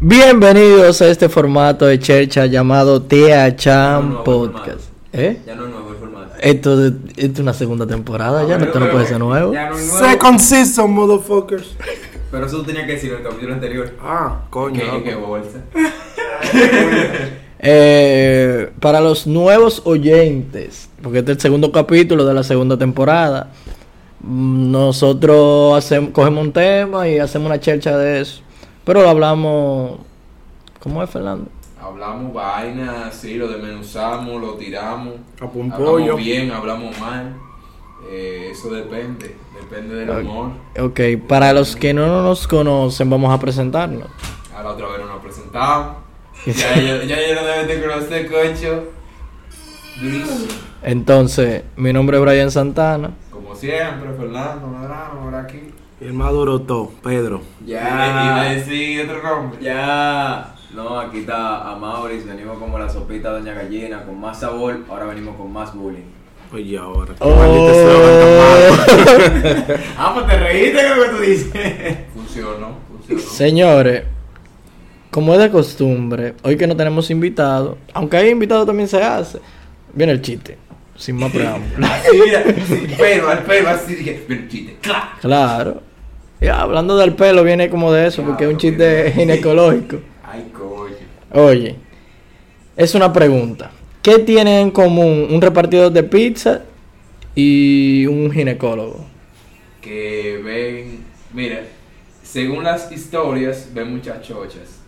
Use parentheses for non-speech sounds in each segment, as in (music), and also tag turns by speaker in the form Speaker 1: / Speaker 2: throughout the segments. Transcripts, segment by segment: Speaker 1: Bienvenidos a este formato de chercha llamado THM
Speaker 2: nuevo
Speaker 1: Podcast. ¿Eh?
Speaker 2: Ya no es nuevo el formato.
Speaker 1: Esto, es- esto es una segunda temporada, ya no, esto no puede ser nuevo.
Speaker 2: Ya no es nuevo.
Speaker 3: Second season, motherfuckers.
Speaker 2: Pero eso tú tenías que decir en el capítulo anterior.
Speaker 3: Ah, coño.
Speaker 1: pues.
Speaker 2: ¿Qué, qué bolsa?
Speaker 1: Eh, para los nuevos oyentes, porque este es el segundo capítulo de la segunda temporada, mm, nosotros hacemos, cogemos un tema y hacemos una chercha de eso. Pero lo hablamos... ¿Cómo es, Fernando?
Speaker 2: Hablamos vaina, sí, lo desmenuzamos, lo tiramos.
Speaker 3: A un
Speaker 2: hablamos
Speaker 3: pollo.
Speaker 2: bien, hablamos mal. Eh, eso depende, depende del
Speaker 1: Ok.
Speaker 2: humor.
Speaker 1: Ok, para los que no nos conocen, vamos a presentarnos.
Speaker 2: A la otra vez no nos presentamos. Ya (laughs) yo, ya yo no deben de conocer, cocho. Luis,
Speaker 1: Entonces, mi nombre es Brian Santana.
Speaker 2: como siempre, Fernando, Medrano, ahora aquí.
Speaker 3: Y El más duro todo, Pedro.
Speaker 2: Ya.
Speaker 4: Ya,
Speaker 2: decir otro nombre.
Speaker 4: ya. No, aquí está a Maurice. Venimos como la sopita Doña Gallina, con más sabor. Ahora venimos con más bullying.
Speaker 3: Oye, ahora.
Speaker 1: Oh.
Speaker 3: Maldito sea,
Speaker 1: (laughs)
Speaker 3: tan malo.
Speaker 4: Ah, pues te reíste con lo que tú dices.
Speaker 2: Funcionó, funcionó.
Speaker 1: Señores, como es de costumbre, hoy que no tenemos invitado, aunque hay invitado también se hace, viene el chiste, sin más
Speaker 3: (laughs)
Speaker 1: preámbulo.
Speaker 2: Así, mira, sin pelo, al pelo, así dije, pero chiste, clac.
Speaker 1: claro. Y hablando del pelo, viene como de eso, porque es un
Speaker 3: Ah,
Speaker 1: chiste ginecológico.
Speaker 2: Ay, coño.
Speaker 1: Oye, es una pregunta. ¿Qué tienen en común un repartidor de pizza y un ginecólogo?
Speaker 2: Que ven, mira, según las historias, ven muchas chochas.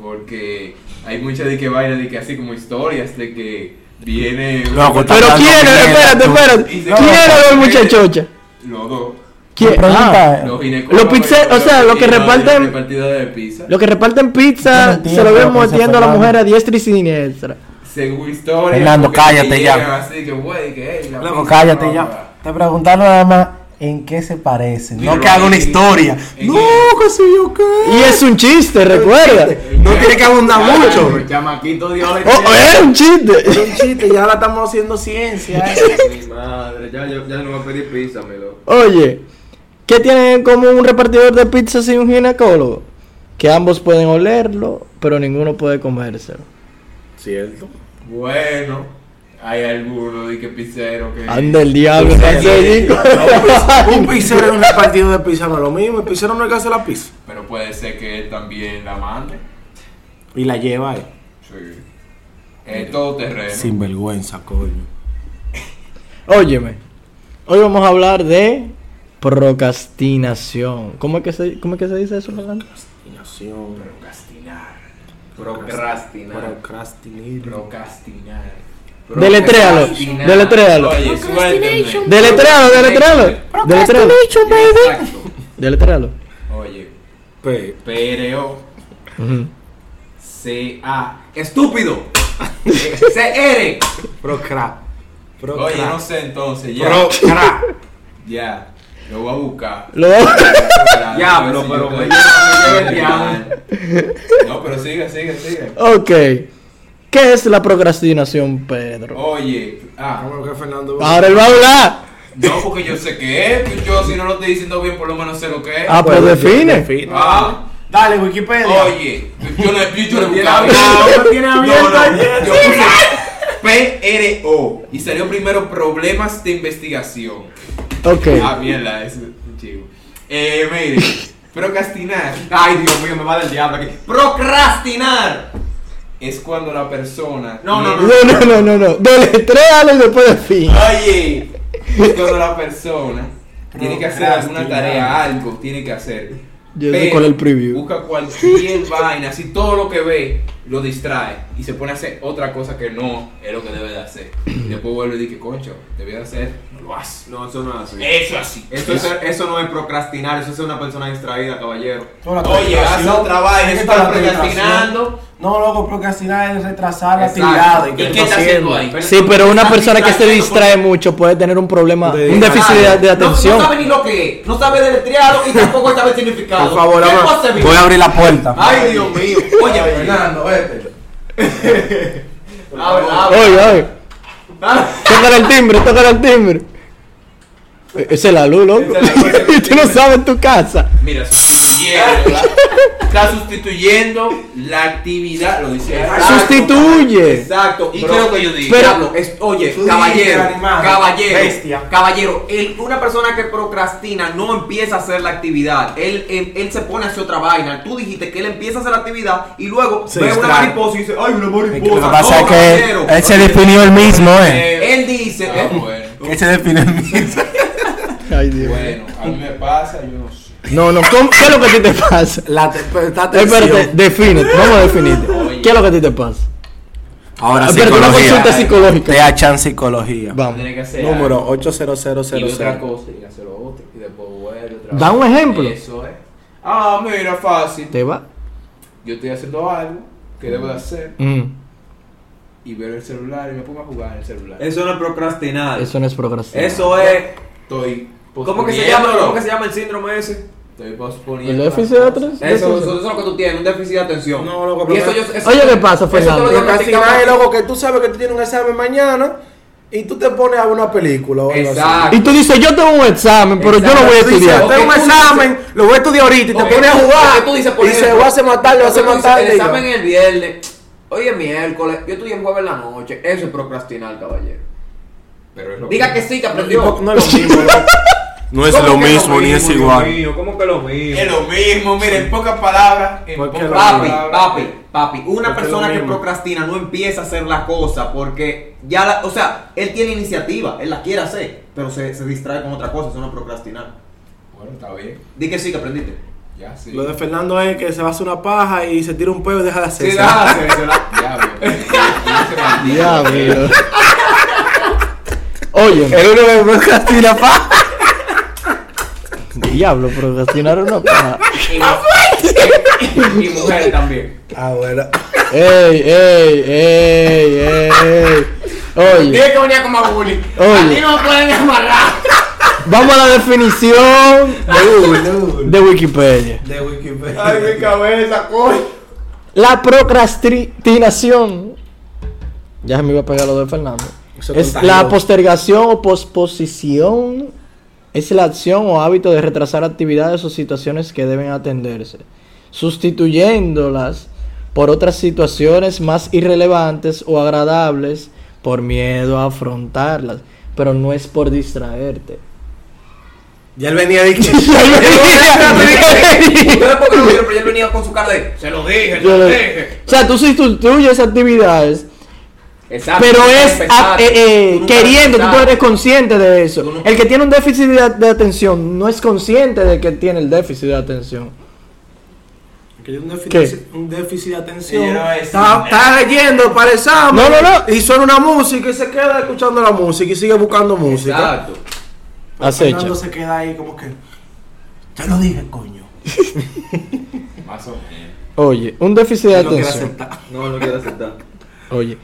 Speaker 2: Porque hay muchas de que bailan, de que así como historias, de que viene.
Speaker 3: Loco, está
Speaker 1: Pero
Speaker 3: Hablando
Speaker 1: quiero,
Speaker 3: mierda,
Speaker 1: espérate,
Speaker 3: tú.
Speaker 1: espérate.
Speaker 2: Y se-
Speaker 1: Quiero ver muchachocha.
Speaker 2: Los dos.
Speaker 1: ¿Quién? Ah,
Speaker 2: Los
Speaker 1: Los pizze- o sea, los que reparten-
Speaker 2: Repartido de pizza.
Speaker 1: Los que reparten pizza
Speaker 5: No entiendo,
Speaker 1: se lo ven
Speaker 5: pero pues,
Speaker 1: metiendo a la
Speaker 5: Fernando.
Speaker 1: mujer a diestra y siniestra.
Speaker 2: Según historias.
Speaker 5: Fernando,
Speaker 2: porque
Speaker 5: cállate ya.
Speaker 2: llegan Así que, güey, que hey, la
Speaker 3: Loco,
Speaker 5: No,
Speaker 2: pizza,
Speaker 5: cállate
Speaker 2: bla,
Speaker 5: ya.
Speaker 2: bla.
Speaker 5: Te preguntaron nada más en qué se parecen.
Speaker 2: Mira,
Speaker 5: No que haga una
Speaker 2: en-
Speaker 5: historia.
Speaker 2: en-
Speaker 3: No, qué sé yo qué.
Speaker 1: Y es un chiste, recuerda.
Speaker 3: No tiene que abundar mucho.
Speaker 4: El chamaquito Dios.
Speaker 1: Oh, oh,
Speaker 5: ¿eh?
Speaker 1: era un chiste.
Speaker 3: Es un chiste, ya ahora estamos haciendo ciencia. eh.
Speaker 4: Mi madre, ya, yo- ya no me voy a pedir pizza, Melo.
Speaker 1: Oye, ¿qué tienen en común un repartidor de pizzas y un ginecólogo? Que ambos pueden olerlo, pero ninguno puede comérselo.
Speaker 3: Cierto.
Speaker 2: Bueno, hay algunos de que pizzero que.
Speaker 1: Anda el diablo.
Speaker 2: Sí,
Speaker 1: no sé,
Speaker 2: sí.
Speaker 1: Nico.
Speaker 3: Un pizzero en un repartido de pizza no es lo mismo. El pizzero no es que hace la pizza.
Speaker 2: Pero puede ser que él también la mande.
Speaker 3: Y la lleva ahí.
Speaker 2: Sí. Es todo terreno.
Speaker 3: Sin vergüenza, coño.
Speaker 1: Óyeme, hoy vamos a hablar de procrastinación. ¿Cómo es que se, cómo es que se dice eso, Fernando?
Speaker 3: Procrastinación.
Speaker 2: Procrastinar.
Speaker 4: Procrastinar.
Speaker 3: Procrastinar.
Speaker 2: Procrastinar.
Speaker 1: Deletréalo,
Speaker 2: Procrastinar.
Speaker 1: deletréalo.
Speaker 2: Oye, suélteme.
Speaker 1: Deletréalo, deletréalo. Deletréalo.
Speaker 2: Exacto.
Speaker 1: Deletréalo.
Speaker 2: Oye,
Speaker 3: P.
Speaker 2: PRO
Speaker 1: Ujú.
Speaker 2: CA. Estúpido. CR.
Speaker 3: Procra.
Speaker 2: Oye, no
Speaker 3: Procra.
Speaker 2: sé entonces. Ya.
Speaker 3: Procra.
Speaker 2: (laughs) Ya. Lo voy a buscar.
Speaker 1: Lo-
Speaker 4: Diablo,
Speaker 2: Sí, yo
Speaker 4: pero me
Speaker 2: estoy-
Speaker 4: lleva- me lleva el
Speaker 2: No, pero sigue, sigue, sigue.
Speaker 1: Ok. ¿Qué es la procrastinación, Pedro?
Speaker 2: Oye, ah,
Speaker 3: Vamos que Fernando.
Speaker 1: Ahora él va a hablar.
Speaker 2: no, porque yo sé que es. pues Yo, si no lo estoy diciendo bien, por lo menos sé lo que es.
Speaker 1: Ah, pues define.
Speaker 3: Define.
Speaker 2: Ah,
Speaker 5: Dale, Wikipedia.
Speaker 2: oye, yo no yo- yo no he
Speaker 4: Tiene
Speaker 2: buscado.
Speaker 4: abierto, lo tiene
Speaker 2: No, no,
Speaker 4: abierto.
Speaker 2: yo puse PRO y salió primero problemas de investigación.
Speaker 1: Ok.
Speaker 2: Ah, mierda, es un chivo. Eh, mire, procrastinar.
Speaker 4: Ay, Dios mío, me va del diablo aquí.
Speaker 2: Procrastinar es cuando la persona.
Speaker 4: No, no,
Speaker 1: No, no, no, no, no. Deletréalo y después define.
Speaker 2: Oye, es cuando la persona tiene que hacer alguna tarea, algo tiene que hacer.
Speaker 1: Yo sé
Speaker 2: Pero
Speaker 1: cuál es el preview.
Speaker 2: Busca cualquier (laughs) vaina, así todo lo que ve lo distrae y se pone a hacer otra cosa que no es lo que debe de hacer.
Speaker 1: (clears throat)
Speaker 2: Y después vuelve y dice, concho, debía de hacer, no lo hace.
Speaker 4: No, eso no es así.
Speaker 2: Eso así.
Speaker 4: Eso, es- eso no es procrastinar, eso es ser una persona distraída, caballero.
Speaker 5: Toda la
Speaker 2: Oye,
Speaker 5: concentración.
Speaker 2: haz un trabajo,
Speaker 5: Es que
Speaker 2: estás
Speaker 5: toda la concentración.
Speaker 2: procrastinando.
Speaker 5: No, loco, procrastinar es retrasar la
Speaker 2: Exacto.
Speaker 5: actividad.
Speaker 2: ¿Y qué está haciendo ahí?
Speaker 1: Sí, pero una
Speaker 2: Estás
Speaker 1: persona que se
Speaker 2: distrayendo con-
Speaker 1: distrae mucho puede tener un problema,
Speaker 3: De-
Speaker 1: un déficit de, Ah, de atención.
Speaker 4: No, no sabe ni lo que es, no sabe deletrearlo y tampoco sabe el significado.
Speaker 3: Por favor,
Speaker 4: ¿Qué
Speaker 3: vamos-
Speaker 4: posibilidad?
Speaker 5: Voy a abrir la puerta.
Speaker 4: Ay, Dios mío. Oye, Fernando, vete. Abre, abre.
Speaker 1: Oye, oye. Toca el timbre, toca el timbre. Eh, Esa es la luz, loco.
Speaker 2: Esa es la luz, esa es la
Speaker 1: Y (laughs) tú no
Speaker 2: timbre.
Speaker 1: sabes tu casa.
Speaker 2: (laughs) Mira, sustituyendo, ¿verdad? está sustituyendo la actividad. Lo dice.
Speaker 4: Exacto.
Speaker 1: Sustituye.
Speaker 2: Exacto. Y
Speaker 4: Bro,
Speaker 2: creo que yo digo.
Speaker 1: Pero-
Speaker 4: Diablo, es- oye,
Speaker 5: Tú dijiste,
Speaker 4: caballero,
Speaker 5: animal,
Speaker 4: caballero,
Speaker 5: bestia.
Speaker 4: caballero, él- una persona que procrastina no empieza a hacer la actividad, él, él, él se pone a hacer otra vaina. Tú dijiste que él empieza a hacer la actividad y luego
Speaker 3: Se
Speaker 4: ve una
Speaker 3: distrae.
Speaker 4: mariposa y dice, ay, una
Speaker 5: Lo que
Speaker 4: mariposa.
Speaker 5: pasa
Speaker 4: no,
Speaker 5: es que
Speaker 4: caballero.
Speaker 5: él, él se definió el mismo, ¿eh?
Speaker 4: Él dice,
Speaker 2: Ah,
Speaker 4: eh,
Speaker 2: bueno.
Speaker 5: Él se definió el mismo.
Speaker 1: Ay, Dios.
Speaker 2: Bueno, a mí me pasa, yo no sé.
Speaker 1: No, no, ¿cómo- ¿qué es lo que a ti te pasa?
Speaker 3: La te- está tensión.
Speaker 1: Espérate, defínete, vamos a definirte.
Speaker 2: Oye.
Speaker 1: ¿Qué es lo que a ti te pasa?
Speaker 5: Ahora
Speaker 1: Ah, Pero una consulta psicológica.
Speaker 5: Te chan psicología.
Speaker 1: Vamos.
Speaker 2: Tiene que hacer algo.
Speaker 3: Número
Speaker 2: y de otra
Speaker 3: 80000.
Speaker 2: cosa y hacer lo otro y después vuelve otra
Speaker 1: Da
Speaker 2: vez.
Speaker 1: un ejemplo.
Speaker 2: Eso es. Ah, mira, fácil.
Speaker 1: ¿Te va?
Speaker 2: Yo estoy haciendo algo que debo de hacer
Speaker 1: Mm,
Speaker 2: y veo el celular y me pongo a jugar en el celular.
Speaker 4: eso no es procrastinar.
Speaker 1: Eso no es procrastinar.
Speaker 4: Eso es,
Speaker 2: Estoy
Speaker 4: ¿cómo que se llama?
Speaker 2: posponiéndolo.
Speaker 4: ¿Cómo que se llama el síndrome ese?
Speaker 2: Estoy posponiendo.
Speaker 1: ¿El
Speaker 2: las
Speaker 1: déficit de
Speaker 2: cosas.
Speaker 1: atención?
Speaker 4: Eso, eso, es lo que tú tienes, un déficit de atención.
Speaker 3: No, loco,
Speaker 4: Y
Speaker 3: pero-
Speaker 4: eso yo- eso-
Speaker 1: Oye, ¿qué pasa,
Speaker 4: eso te lo
Speaker 1: Fernando?
Speaker 4: diagnosticaba-
Speaker 3: Procrastinar es loco que tú sabes que tú tienes un examen mañana y tú te pones a ver una película o algo así.
Speaker 4: Exacto.
Speaker 1: Y tú dices, yo tengo un examen, pero yo no voy a
Speaker 3: Tú dices,
Speaker 1: estudiar.
Speaker 4: Ok,
Speaker 3: tengo un
Speaker 4: tú dices-
Speaker 3: examen, lo voy a estudiar ahorita y te
Speaker 4: Ok,
Speaker 3: pones a
Speaker 4: tú-
Speaker 3: jugar.
Speaker 4: ok, tú dices, por
Speaker 3: y se
Speaker 4: ejemplo,
Speaker 3: va a hacer más tarde, va a hacer
Speaker 4: Porque
Speaker 3: más
Speaker 4: tú dices,
Speaker 3: tarde. y
Speaker 4: El
Speaker 3: yo-
Speaker 4: examen el viernes. Hoy es miércoles. Yo estudié en jueves en la noche. Eso es procrastinar, caballero.
Speaker 2: Pero es lo
Speaker 4: Diga
Speaker 2: mismo.
Speaker 4: que sí, que
Speaker 3: Y
Speaker 4: aprendió.
Speaker 3: po- No
Speaker 1: (laughs)
Speaker 3: es lo mismo. loco.
Speaker 5: No
Speaker 4: ¿Cómo que Dios mío, ¿Cómo que lo mismo?
Speaker 2: Es lo mismo, mire, en pocas palabras. En
Speaker 3: ¿Por qué
Speaker 2: pocas
Speaker 3: lo
Speaker 4: Papi,
Speaker 2: palabras.
Speaker 4: papi, papi, una
Speaker 3: Porque es lo
Speaker 4: persona que
Speaker 3: mismo.
Speaker 4: procrastina no empieza a hacer la cosa porque ya la, o sea, él tiene iniciativa, él la quiere hacer, pero se, se distrae con otra cosa, eso no es procrastinar.
Speaker 2: Bueno, está bien.
Speaker 4: Di que sí, que aprendiste.
Speaker 2: Ya, sí.
Speaker 3: Lo de Fernando es que se va a hacer una paja y se tira un peo y deja de hacer.
Speaker 4: Sí,
Speaker 3: eso.
Speaker 4: da, se- se da.
Speaker 2: Diablo. Ese maldito.
Speaker 1: Diablo. Oye,
Speaker 5: El único que procrastina pa.
Speaker 1: diablo, procrastinar una paja.
Speaker 4: Y mu- Y mujeres también.
Speaker 3: Ah, bueno.
Speaker 1: Ey, ey, ey, ey. Oye,
Speaker 4: Tiene que venir como a bullying.
Speaker 1: Oye.
Speaker 4: A ti no me pueden amarrar.
Speaker 1: vamos a la definición de Wikipedia.
Speaker 3: De Wikipedia.
Speaker 4: Ay, mi cabeza, coño.
Speaker 1: La procrastinación. Ya se me iba a pegar lo de Fernando.
Speaker 3: Eso
Speaker 1: Es
Speaker 3: contagió.
Speaker 1: la postergación o posposición. Es la acción o hábito de retrasar actividades o situaciones que deben atenderse, sustituyéndolas por otras situaciones más irrelevantes o agradables por miedo a afrontarlas, pero no es por distraerte.
Speaker 3: Ya él
Speaker 1: (laughs)
Speaker 3: venía de
Speaker 4: Yo después que lo vieron, pero él venía con su cara de. Se lo dije, se
Speaker 1: Yo
Speaker 4: lo
Speaker 1: le-
Speaker 4: dije.
Speaker 1: O sea, tú sustituyes actividades
Speaker 4: Exacto.
Speaker 1: Pero
Speaker 4: tú nunca
Speaker 1: es a-
Speaker 4: empezaste,
Speaker 1: eh, eh,
Speaker 4: tú nunca
Speaker 1: queriendo, tú no
Speaker 4: empezaste.
Speaker 1: eres consciente de eso.
Speaker 4: Tú nunca-
Speaker 1: El que tiene un déficit de, de atención no es consciente de que tiene el déficit de atención.
Speaker 3: Que tiene un
Speaker 1: ¿Qué?
Speaker 3: déficit, un déficit de atención.
Speaker 2: Sí, no, es-
Speaker 3: está, está leyendo para el examen.
Speaker 1: No, no, no.
Speaker 3: Y suena una música y se queda escuchando la música y sigue buscando música.
Speaker 4: Exacto.
Speaker 1: Acecha.
Speaker 5: Fernando se queda ahí como que. Ya lo dije, coño.
Speaker 2: Más o menos.
Speaker 1: Oye, un déficit de
Speaker 3: Él no quiere
Speaker 1: atención.
Speaker 3: aceptar.
Speaker 4: No, no quiero aceptar.
Speaker 1: Oye.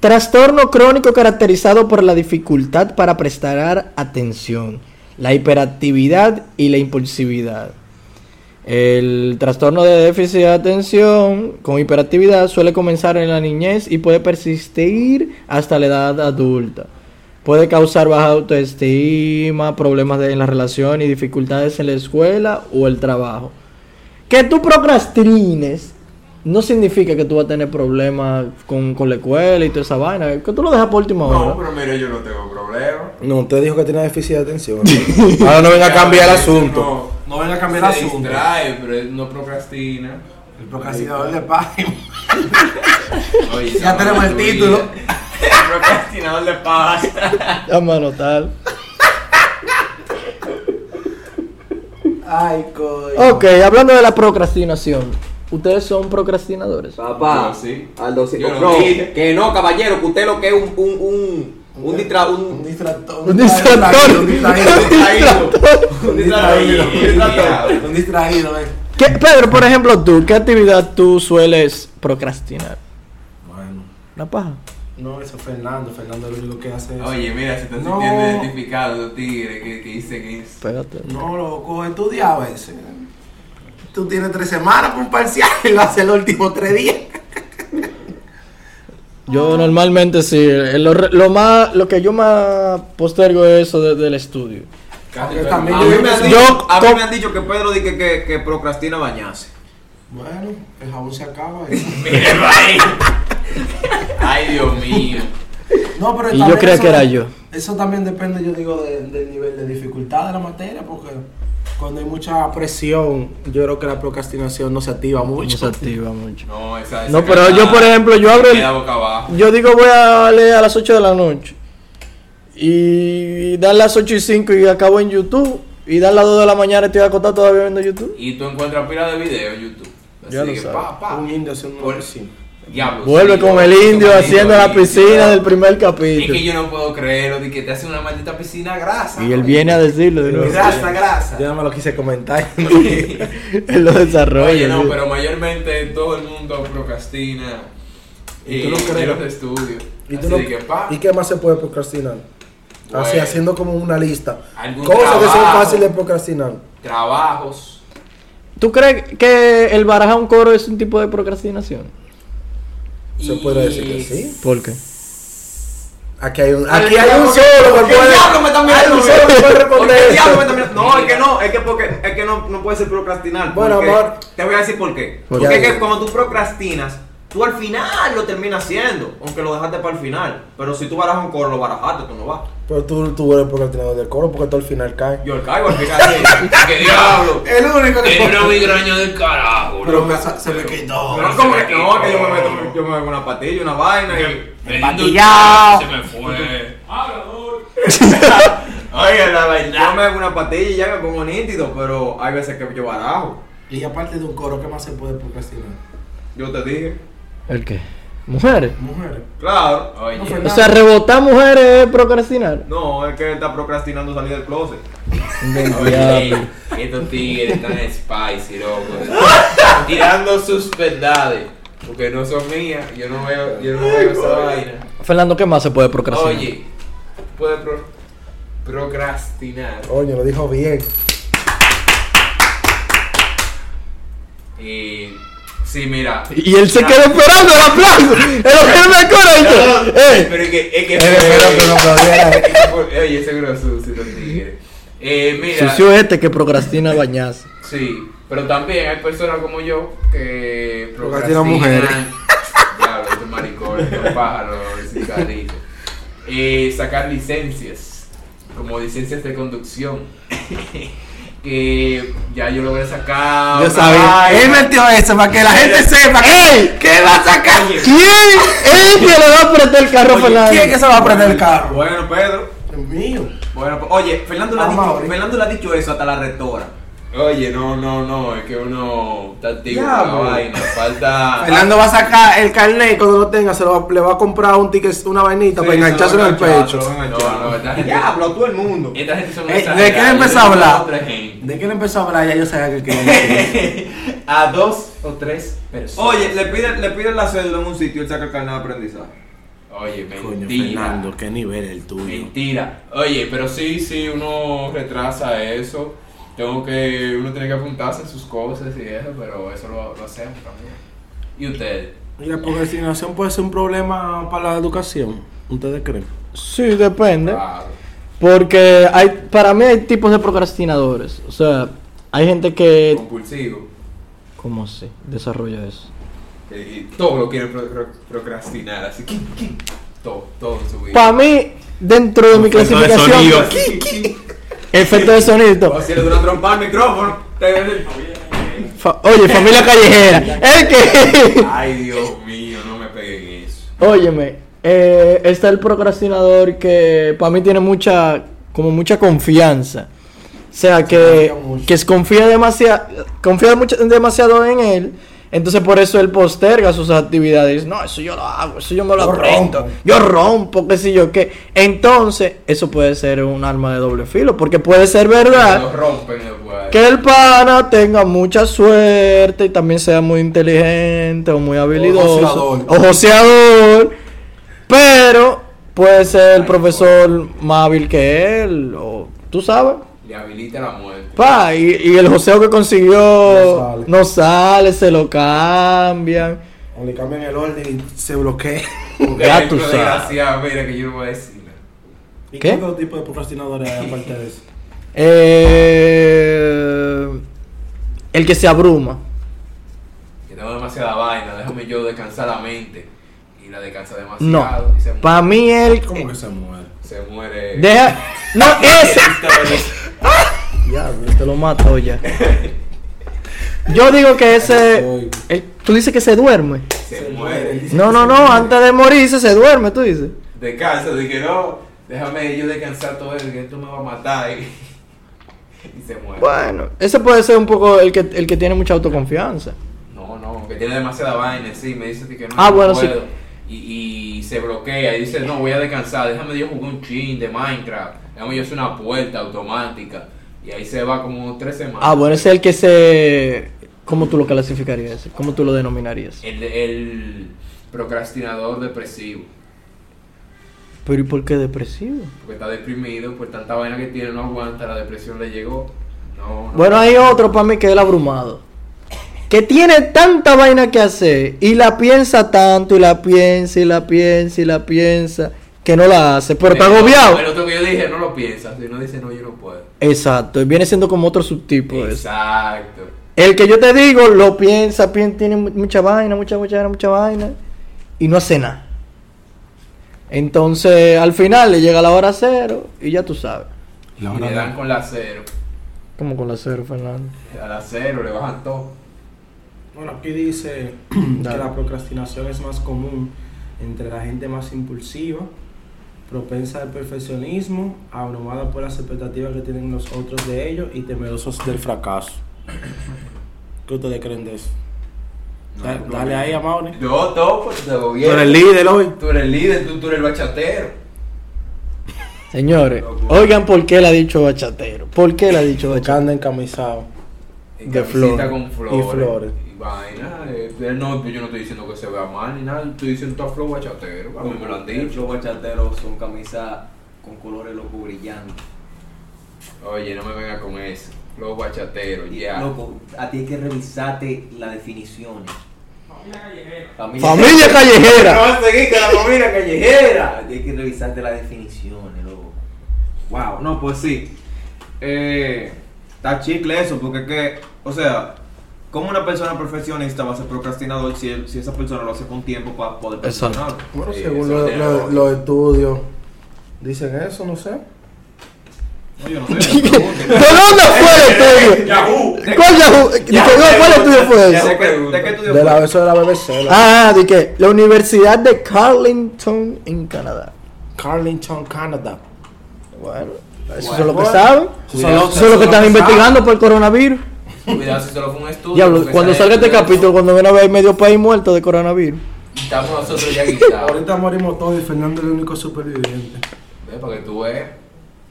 Speaker 1: Trastorno crónico caracterizado por la dificultad para prestar atención, la hiperactividad y la impulsividad. El trastorno de déficit de atención con hiperactividad suele comenzar en la niñez y puede persistir hasta la edad adulta. Puede causar baja autoestima, problemas de- en la relación y dificultades en la escuela o el trabajo. Que tú procrastines no significa que tú vas a tener problemas con, con la escuela y toda esa vaina. Que tú lo dejas por última hora.
Speaker 2: No, pero mire, yo no tengo problema.
Speaker 3: No, usted dijo que tiene déficit
Speaker 5: (laughs)
Speaker 3: de atención. (laughs) Ahora no venga a cambiar el asunto.
Speaker 5: No venga a
Speaker 2: No,
Speaker 5: cambiar el
Speaker 2: se
Speaker 5: asunto.
Speaker 2: distrae, pero él no procrastina.
Speaker 5: El procrastinador de paja.
Speaker 4: (laughs)
Speaker 2: Oye,
Speaker 5: Ya
Speaker 2: esa
Speaker 5: tenemos el
Speaker 2: madre
Speaker 5: título.
Speaker 2: tuya. El procrastinador de pasta.
Speaker 1: Vamos a anotar.
Speaker 5: Ay, coño.
Speaker 1: Ok, hablando de la procrastinación. ¿Ustedes son procrastinadores?
Speaker 2: Ah,
Speaker 4: Papá,
Speaker 2: Yo sí.
Speaker 4: Aldo sí.
Speaker 2: Yo lo
Speaker 4: Bro,
Speaker 2: dije.
Speaker 4: que no, caballero, que usted lo que es un. un, un un distra un
Speaker 5: Un distractor.
Speaker 3: pues,
Speaker 1: Un distractor.
Speaker 5: Un distraído. Un distraído.
Speaker 2: Un distraído.
Speaker 5: Un distraído, eh.
Speaker 1: ¿Qué- Pedro, por ejemplo, tú, ¿qué actividad tú sueles procrastinar?
Speaker 5: Bueno.
Speaker 1: La paja.
Speaker 5: No, eso es Fernando. Fernando es lo único que hace eso.
Speaker 2: Oye, mira, se está
Speaker 5: No.
Speaker 2: sintiendo identificado, tigre, que, que dice que es.
Speaker 1: Espérate.
Speaker 5: No, loco, estudia a veces. Tú tienes tres semanas para un parcial y lo haces los últimos tres días.
Speaker 1: Yo normalmente sí. eh, Lo, re- lo más, lo que yo más postergo es eso de- del estudio.
Speaker 5: Porque también
Speaker 4: A mí me
Speaker 5: yo-
Speaker 4: han
Speaker 1: yo-
Speaker 4: dicho, a mí
Speaker 1: com-
Speaker 4: me han dicho que Pedro dice que, que, que procrastina bañarse.
Speaker 5: Bueno, el jabón se acaba. y-
Speaker 2: Mírelo ahí. Ay, Dios mío.
Speaker 5: No, pero
Speaker 1: Y
Speaker 5: también
Speaker 1: yo creía
Speaker 5: eso-
Speaker 1: que era yo.
Speaker 5: Eso también depende, yo digo, de- del nivel de dificultad de la materia, porque cuando hay mucha presión, yo creo que la procrastinación no se activa
Speaker 1: No
Speaker 5: mucho.
Speaker 1: se activa mucho.
Speaker 2: No, esa, esa
Speaker 1: No, pero
Speaker 2: carnada
Speaker 1: yo, por ejemplo, yo abro el-
Speaker 2: Queda boca abajo.
Speaker 1: Yo digo, voy a leer a las 8 de la noche. Y dan las 8 y 5 y acabo en YouTube. Y dan las 2 de la mañana y estoy acostado todavía viendo YouTube.
Speaker 2: Y tú encuentras pila de videos en YouTube. Así
Speaker 1: Ya lo
Speaker 2: que,
Speaker 1: sabes.
Speaker 2: pa, pa.
Speaker 5: Un indio haciendo
Speaker 2: Por-
Speaker 5: una piscina.
Speaker 2: Diablo,
Speaker 1: Vuelve
Speaker 2: sí,
Speaker 1: con
Speaker 2: yo-
Speaker 1: el
Speaker 2: yo
Speaker 1: indio
Speaker 2: me
Speaker 1: haciendo
Speaker 2: digo,
Speaker 1: la
Speaker 2: y-
Speaker 1: piscina
Speaker 2: y-
Speaker 1: del primer
Speaker 2: Es que
Speaker 1: capítulo.
Speaker 2: yo no puedo creerlo, de que te hace una maldita piscina grasa.
Speaker 1: Y él viene a decirlo de nuevo.
Speaker 4: Grasa, grasa.
Speaker 5: Yo no me lo quise (laughs) comentar.
Speaker 1: (laughs) Él lo desarrolla.
Speaker 2: Oye, no,
Speaker 1: sí.
Speaker 2: pero mayormente todo el mundo procrastina
Speaker 5: ¿Y
Speaker 2: eh,
Speaker 5: tú lo
Speaker 2: en
Speaker 5: crees?
Speaker 2: los estudios.
Speaker 5: ¿Y,
Speaker 2: Así
Speaker 5: tú lo-
Speaker 2: de que, pa, pues,
Speaker 5: ¿Y qué más se puede procrastinar? Así,
Speaker 2: Bueno.
Speaker 5: haciendo como una lista.
Speaker 2: Algún
Speaker 5: Cosas que son
Speaker 2: trabajo.
Speaker 5: fáciles de procrastinar.
Speaker 2: trabajos.
Speaker 1: ¿Tú crees que el barajar un coro es un tipo de procrastinación?
Speaker 5: Se puede decir que sí.
Speaker 1: ¿Por qué?
Speaker 5: Aquí hay un,
Speaker 4: Pero
Speaker 5: aquí
Speaker 4: el
Speaker 5: hay
Speaker 4: diablo-
Speaker 5: un solo
Speaker 4: ¿por
Speaker 5: que
Speaker 4: qué el
Speaker 5: puede.
Speaker 4: diablo me está
Speaker 5: Hay
Speaker 4: mirando?
Speaker 5: un solo que puede
Speaker 4: ¿Por qué
Speaker 5: responder.
Speaker 4: el diablo me está
Speaker 5: eso.
Speaker 4: mirando? No, es que no, es que, porque, es que no, no puede ser procrastinar.
Speaker 5: Bueno,
Speaker 4: porque-
Speaker 5: amor.
Speaker 4: Te voy a decir por qué.
Speaker 1: ¿Por
Speaker 4: porque
Speaker 5: qué?
Speaker 4: es que cuando tú procrastinas, tú al final lo terminas haciendo, aunque lo dejaste para el final. Pero si tú barajas un coro, lo barajaste, tú no vas.
Speaker 5: Pero tú, tú eres procrastinador del coro porque tú al final caes.
Speaker 4: Yo el caigo al final. sí.
Speaker 2: ¡Qué diablo!
Speaker 5: El único
Speaker 2: Tiene una migraña del carajo.
Speaker 5: Pero
Speaker 2: loco.
Speaker 5: me- se me quitó.
Speaker 4: Pero como que (laughs) no, que yo me meto, yo me hago una patilla, una vaina y.
Speaker 2: Empatillado. Se me fue. Oye, la
Speaker 4: Yo
Speaker 2: verdad.
Speaker 4: me hago una patilla y ya me pongo nítido, pero hay veces que yo barajo.
Speaker 5: Y aparte de un coro, ¿qué más se puede procrastinar?
Speaker 4: Yo te dije.
Speaker 1: ¿El qué? ¿Mujeres?
Speaker 5: Mujeres.
Speaker 4: Claro.
Speaker 5: No
Speaker 2: Oye,
Speaker 5: fue
Speaker 1: O
Speaker 5: nada.
Speaker 1: sea, rebotar mujeres es procrastinar.
Speaker 4: No, es que está procrastinando salir del closet.
Speaker 1: Del diablo.
Speaker 2: oye, (laughs) estos tigres están spicy, loco. Tirando sus verdades. Porque no son mías. Yo no veo, yo no veo esa vaina.
Speaker 1: Fernando, ¿qué más se puede procrastinar?
Speaker 2: Oye, puede pro- procrastinar.
Speaker 5: Coño, lo dijo bien.
Speaker 2: Y. Sí, mira.
Speaker 1: Y él se queda esperando el aplauso. El que me acuerdo. Eh,
Speaker 2: Pero es que. Es que,
Speaker 5: Espero que no aplaudiera.
Speaker 2: (laughs) Oye, ese grosso, sí, los tigres. Eh, mira.
Speaker 1: sucio este que procrastina bañarse.
Speaker 2: Sí, pero también hay personas como yo que
Speaker 5: Procrastinan mujeres.
Speaker 2: (laughs) Diablo, estos maricones, estos pájaros, sicaritos. Eh, sacar licencias, como licencias de conducción. (laughs) que ya yo logré sacar.
Speaker 5: Yo
Speaker 2: una
Speaker 5: sabía.
Speaker 2: vaina.
Speaker 5: Él metió eso para que la gente sepa que, que va a sacar.
Speaker 2: Oye,
Speaker 1: ¿Quién es que le va a apretar el carro a Fernando?
Speaker 5: ¿Quién es que se va a prender el carro?
Speaker 4: Bueno, Pedro.
Speaker 5: Dios mío.
Speaker 4: Bueno, pues, oye, Fernando le, ha
Speaker 5: Vamos
Speaker 4: dicho,
Speaker 5: ahora.
Speaker 4: Fernando le ha dicho eso hasta la rectora.
Speaker 2: Oye, no, no, no, es que uno está antiguo
Speaker 4: Ya,
Speaker 2: con la
Speaker 4: bro.
Speaker 2: vaina, falta.
Speaker 5: Fernando va a sacar el carnet y cuando lo tenga se lo va- le va a comprar un ticket, una vainita para engancharse en el pecho.
Speaker 2: No, no, esta gente.
Speaker 4: Diablo, todo el mundo.
Speaker 2: Esta gente son
Speaker 5: Eh,
Speaker 2: exageradas,
Speaker 5: ¿de qué
Speaker 2: yo
Speaker 5: empezó a
Speaker 2: tengo
Speaker 5: hablar?
Speaker 2: otra gente. (laughs)
Speaker 5: ¿De qué le empezó a hablar? Ya yo sabía que quería.
Speaker 2: A dos o tres personas.
Speaker 4: Oye, le piden, le piden la cédula en un sitio y él saca el carnet de aprendizaje.
Speaker 2: Oye,
Speaker 5: Coño,
Speaker 2: mentira.
Speaker 5: Fernando, qué nivel el tuyo.
Speaker 2: Mentira. Oye, pero sí, sí, uno retrasa eso. Tengo que, uno tiene que apuntarse en sus cosas y eso, pero eso lo, lo hacemos también. ¿Y usted?
Speaker 5: ¿Y la procrastinación puede ser un problema para la educación? ¿Ustedes creen?
Speaker 1: Sí, depende.
Speaker 2: Claro.
Speaker 1: Porque hay, para mí hay tipos de procrastinadores. O sea, hay gente que.
Speaker 2: Compulsivo.
Speaker 1: ¿Cómo se desarrolla eso?
Speaker 2: que- Y todo lo quiere pro- pro- procrastinar, así que que- todo, todo en su vida.
Speaker 1: Para mí, dentro de mi clasificación. Efecto de sonido.
Speaker 4: O si le dura trompar el micrófono. te-
Speaker 1: Fa- Oye, (laughs) familia callejera. El que.
Speaker 2: Ay, Dios mío, no me peguen eso.
Speaker 1: (laughs) Óyeme, eh, está el procrastinador que para mí tiene mucha, como mucha confianza. O sea, que,
Speaker 5: confía mucho.
Speaker 1: que confía, demasiado, confía mucho, demasiado en él. Entonces por eso él posterga sus actividades. No, eso yo lo hago, eso yo me lo
Speaker 5: Yo
Speaker 1: aprendo.
Speaker 5: rompo.
Speaker 1: Yo rompo, qué sé yo qué. Entonces, eso puede ser un arma de doble filo, porque puede ser verdad.
Speaker 2: Lo rompen después.
Speaker 1: Que el pana tenga mucha suerte y también sea muy inteligente o muy habilidoso.
Speaker 5: joseador.
Speaker 1: O joseador. Pero puede ser el profesor más hábil que él. O, Tú sabes.
Speaker 2: Le habilita la muerte.
Speaker 1: Pa, y, y el joseo que consiguió
Speaker 5: No sale.
Speaker 1: no sale, se lo cambian.
Speaker 5: O le cambian el orden y se bloquea.
Speaker 2: Porque
Speaker 1: Ya
Speaker 2: hay
Speaker 1: tú
Speaker 2: una
Speaker 1: sabes.
Speaker 2: desgracia, mira, que yo no voy a decir nada.
Speaker 5: ¿Y
Speaker 1: ¿Qué?
Speaker 5: qué otro tipo de procrastinadores hay aparte de eso?
Speaker 1: Eh, el que se abruma.
Speaker 2: demasiada vaina, déjame yo descansar la mente. Y la descansa
Speaker 1: No.
Speaker 2: demasiado. Y se muere.
Speaker 1: Para mí él.
Speaker 3: ¿Cómo que se muere?
Speaker 2: Se muere.
Speaker 1: Deja. (laughs) No, ese.
Speaker 2: Historias.
Speaker 1: Ya, te lo mato ya. Yo digo que ese. el- tú dices que se duerme.
Speaker 2: Se muere.
Speaker 1: No, no, no. Antes de morirse se duerme, tú dices.
Speaker 2: Descansa, dije no, déjame yo descansar todo eso, que esto me va a matar. (laughs) Y, y se muere.
Speaker 1: Bueno, ese puede ser un poco el que, el que tiene mucha autoconfianza.
Speaker 2: No, no, que tiene demasiada vaina, sí, me dice que no.
Speaker 1: Ah,
Speaker 2: no
Speaker 1: bueno, sí.
Speaker 2: puedo. Y, y se bloquea y dice, no, voy a descansar, déjame yo jugar un chin de Minecraft, déjame yo hacer una puerta automática. Y ahí se va como tres semanas.
Speaker 1: Ah, bueno, ese es el que se. ¿Cómo tú lo clasificarías? ¿Cómo tú lo denominarías?
Speaker 2: El, el procrastinador depresivo,
Speaker 1: Pero ¿y por qué depresivo?
Speaker 2: porque está deprimido, por tanta vaina que tiene, no aguanta, la depresión le llegó. No, no.
Speaker 1: Bueno, hay otro para mí que es el abrumado. Que tiene tanta vaina que hacer y la piensa tanto y la piensa y la piensa y la piensa que no la hace, pero está
Speaker 2: El otro-
Speaker 1: agobiado.
Speaker 2: El otro que yo dije, no lo piensas, y no dice, no, yo no puedo.
Speaker 1: Exacto, y viene siendo como otro subtipo de eso.
Speaker 2: Exacto.
Speaker 1: El que yo te digo lo piensa, pien- tiene mu- mucha vaina, mucha, mucha vaina, mucha vaina y no hace nada. Entonces al final le llega la hora cero y ya tú sabes.
Speaker 3: La
Speaker 2: Y
Speaker 3: hora
Speaker 2: le
Speaker 3: de-
Speaker 2: dan con la cero.
Speaker 1: Como con la cero, Fernando.
Speaker 2: A la cero le bajan todo.
Speaker 5: Bueno, aquí dice (clears throat) que
Speaker 1: Dale.
Speaker 5: la procrastinación es más común entre la gente más impulsiva, propensa al perfeccionismo, abrumada por las expectativas que tienen los otros de ellos y temerosos del fracaso. ¿Qué ustedes creen de eso?
Speaker 2: No,
Speaker 5: Da-
Speaker 2: no,
Speaker 5: dale
Speaker 2: no.
Speaker 5: ahí a Mauri.
Speaker 2: Yo todo pues, te
Speaker 3: Tú eres
Speaker 2: gobierno.
Speaker 3: líder hoy.
Speaker 2: Tú eres el líder, tú, tú eres el bachatero.
Speaker 1: Señores,
Speaker 2: Loco.
Speaker 1: oigan por qué le ha dicho bachatero. ¿Por qué le ha dicho
Speaker 5: Porque
Speaker 1: bachatero?
Speaker 5: anda encamisado.
Speaker 2: En
Speaker 1: De
Speaker 2: camisita
Speaker 1: flores.
Speaker 2: con flores.
Speaker 5: Y flores.
Speaker 2: Y vaina. eh, pero no, pues yo no estoy diciendo que se vea mal ni nada. Estoy diciendo todo flow bachatero. A mí me lo han dicho.
Speaker 4: Los bachateros son camisas con colores loco brillantes.
Speaker 2: Oye, no me venga con eso. Flow bachatero, ya.
Speaker 4: Loco, a ti hay que revisarte las definiciones. Familia
Speaker 1: Familia callejera.
Speaker 4: Vamos a seguir con la familia callejera. Hay que revisarte las definiciones, loco. Wow, no, pues sí. Eh, está chicle eso, porque es que, o sea, ¿cómo una persona perfeccionista va a ser procrastinador si, él- si esa persona lo hace con tiempo para poder
Speaker 1: Exacto.
Speaker 4: perfeccionarlo?
Speaker 5: Bueno,
Speaker 2: Sí,
Speaker 5: según
Speaker 2: eso
Speaker 5: lo-
Speaker 2: tiene
Speaker 5: lo-
Speaker 2: razón.
Speaker 5: los estudios, dicen eso, no sé.
Speaker 4: No, yo no sé. me pregunto.
Speaker 1: ¿De dónde fue el estudio?
Speaker 4: Yahoo.
Speaker 1: ¿Cuál Yahoo? ¿De qué- ¿Cuál estudio fue
Speaker 4: ¿De
Speaker 1: eso?
Speaker 4: qué- ¿De qué estudio
Speaker 5: De la
Speaker 4: fue?
Speaker 5: eso de la BBC, la
Speaker 1: Ah, de qué? La Universidad de Carleton en Canadá.
Speaker 5: Ah. Carlington, Canadá.
Speaker 1: Bueno, eso
Speaker 2: Bueno,
Speaker 1: es lo que
Speaker 5: bueno.
Speaker 1: saben.
Speaker 5: Eso
Speaker 1: Eso
Speaker 5: es lo-
Speaker 1: es lo que están
Speaker 5: saben.
Speaker 1: investigando por el coronavirus.
Speaker 2: Cuidado si solo fue un estudio.
Speaker 1: Diablo,
Speaker 2: porque
Speaker 1: cuando
Speaker 2: sale
Speaker 1: salga este
Speaker 2: de-
Speaker 1: capítulo, cuando ven a ver medio país muerto de coronavirus.
Speaker 2: Estamos nosotros ya guisados.
Speaker 5: Ahorita morimos todos y Fernando es el único superviviente.
Speaker 2: Ve, Para que tú veas.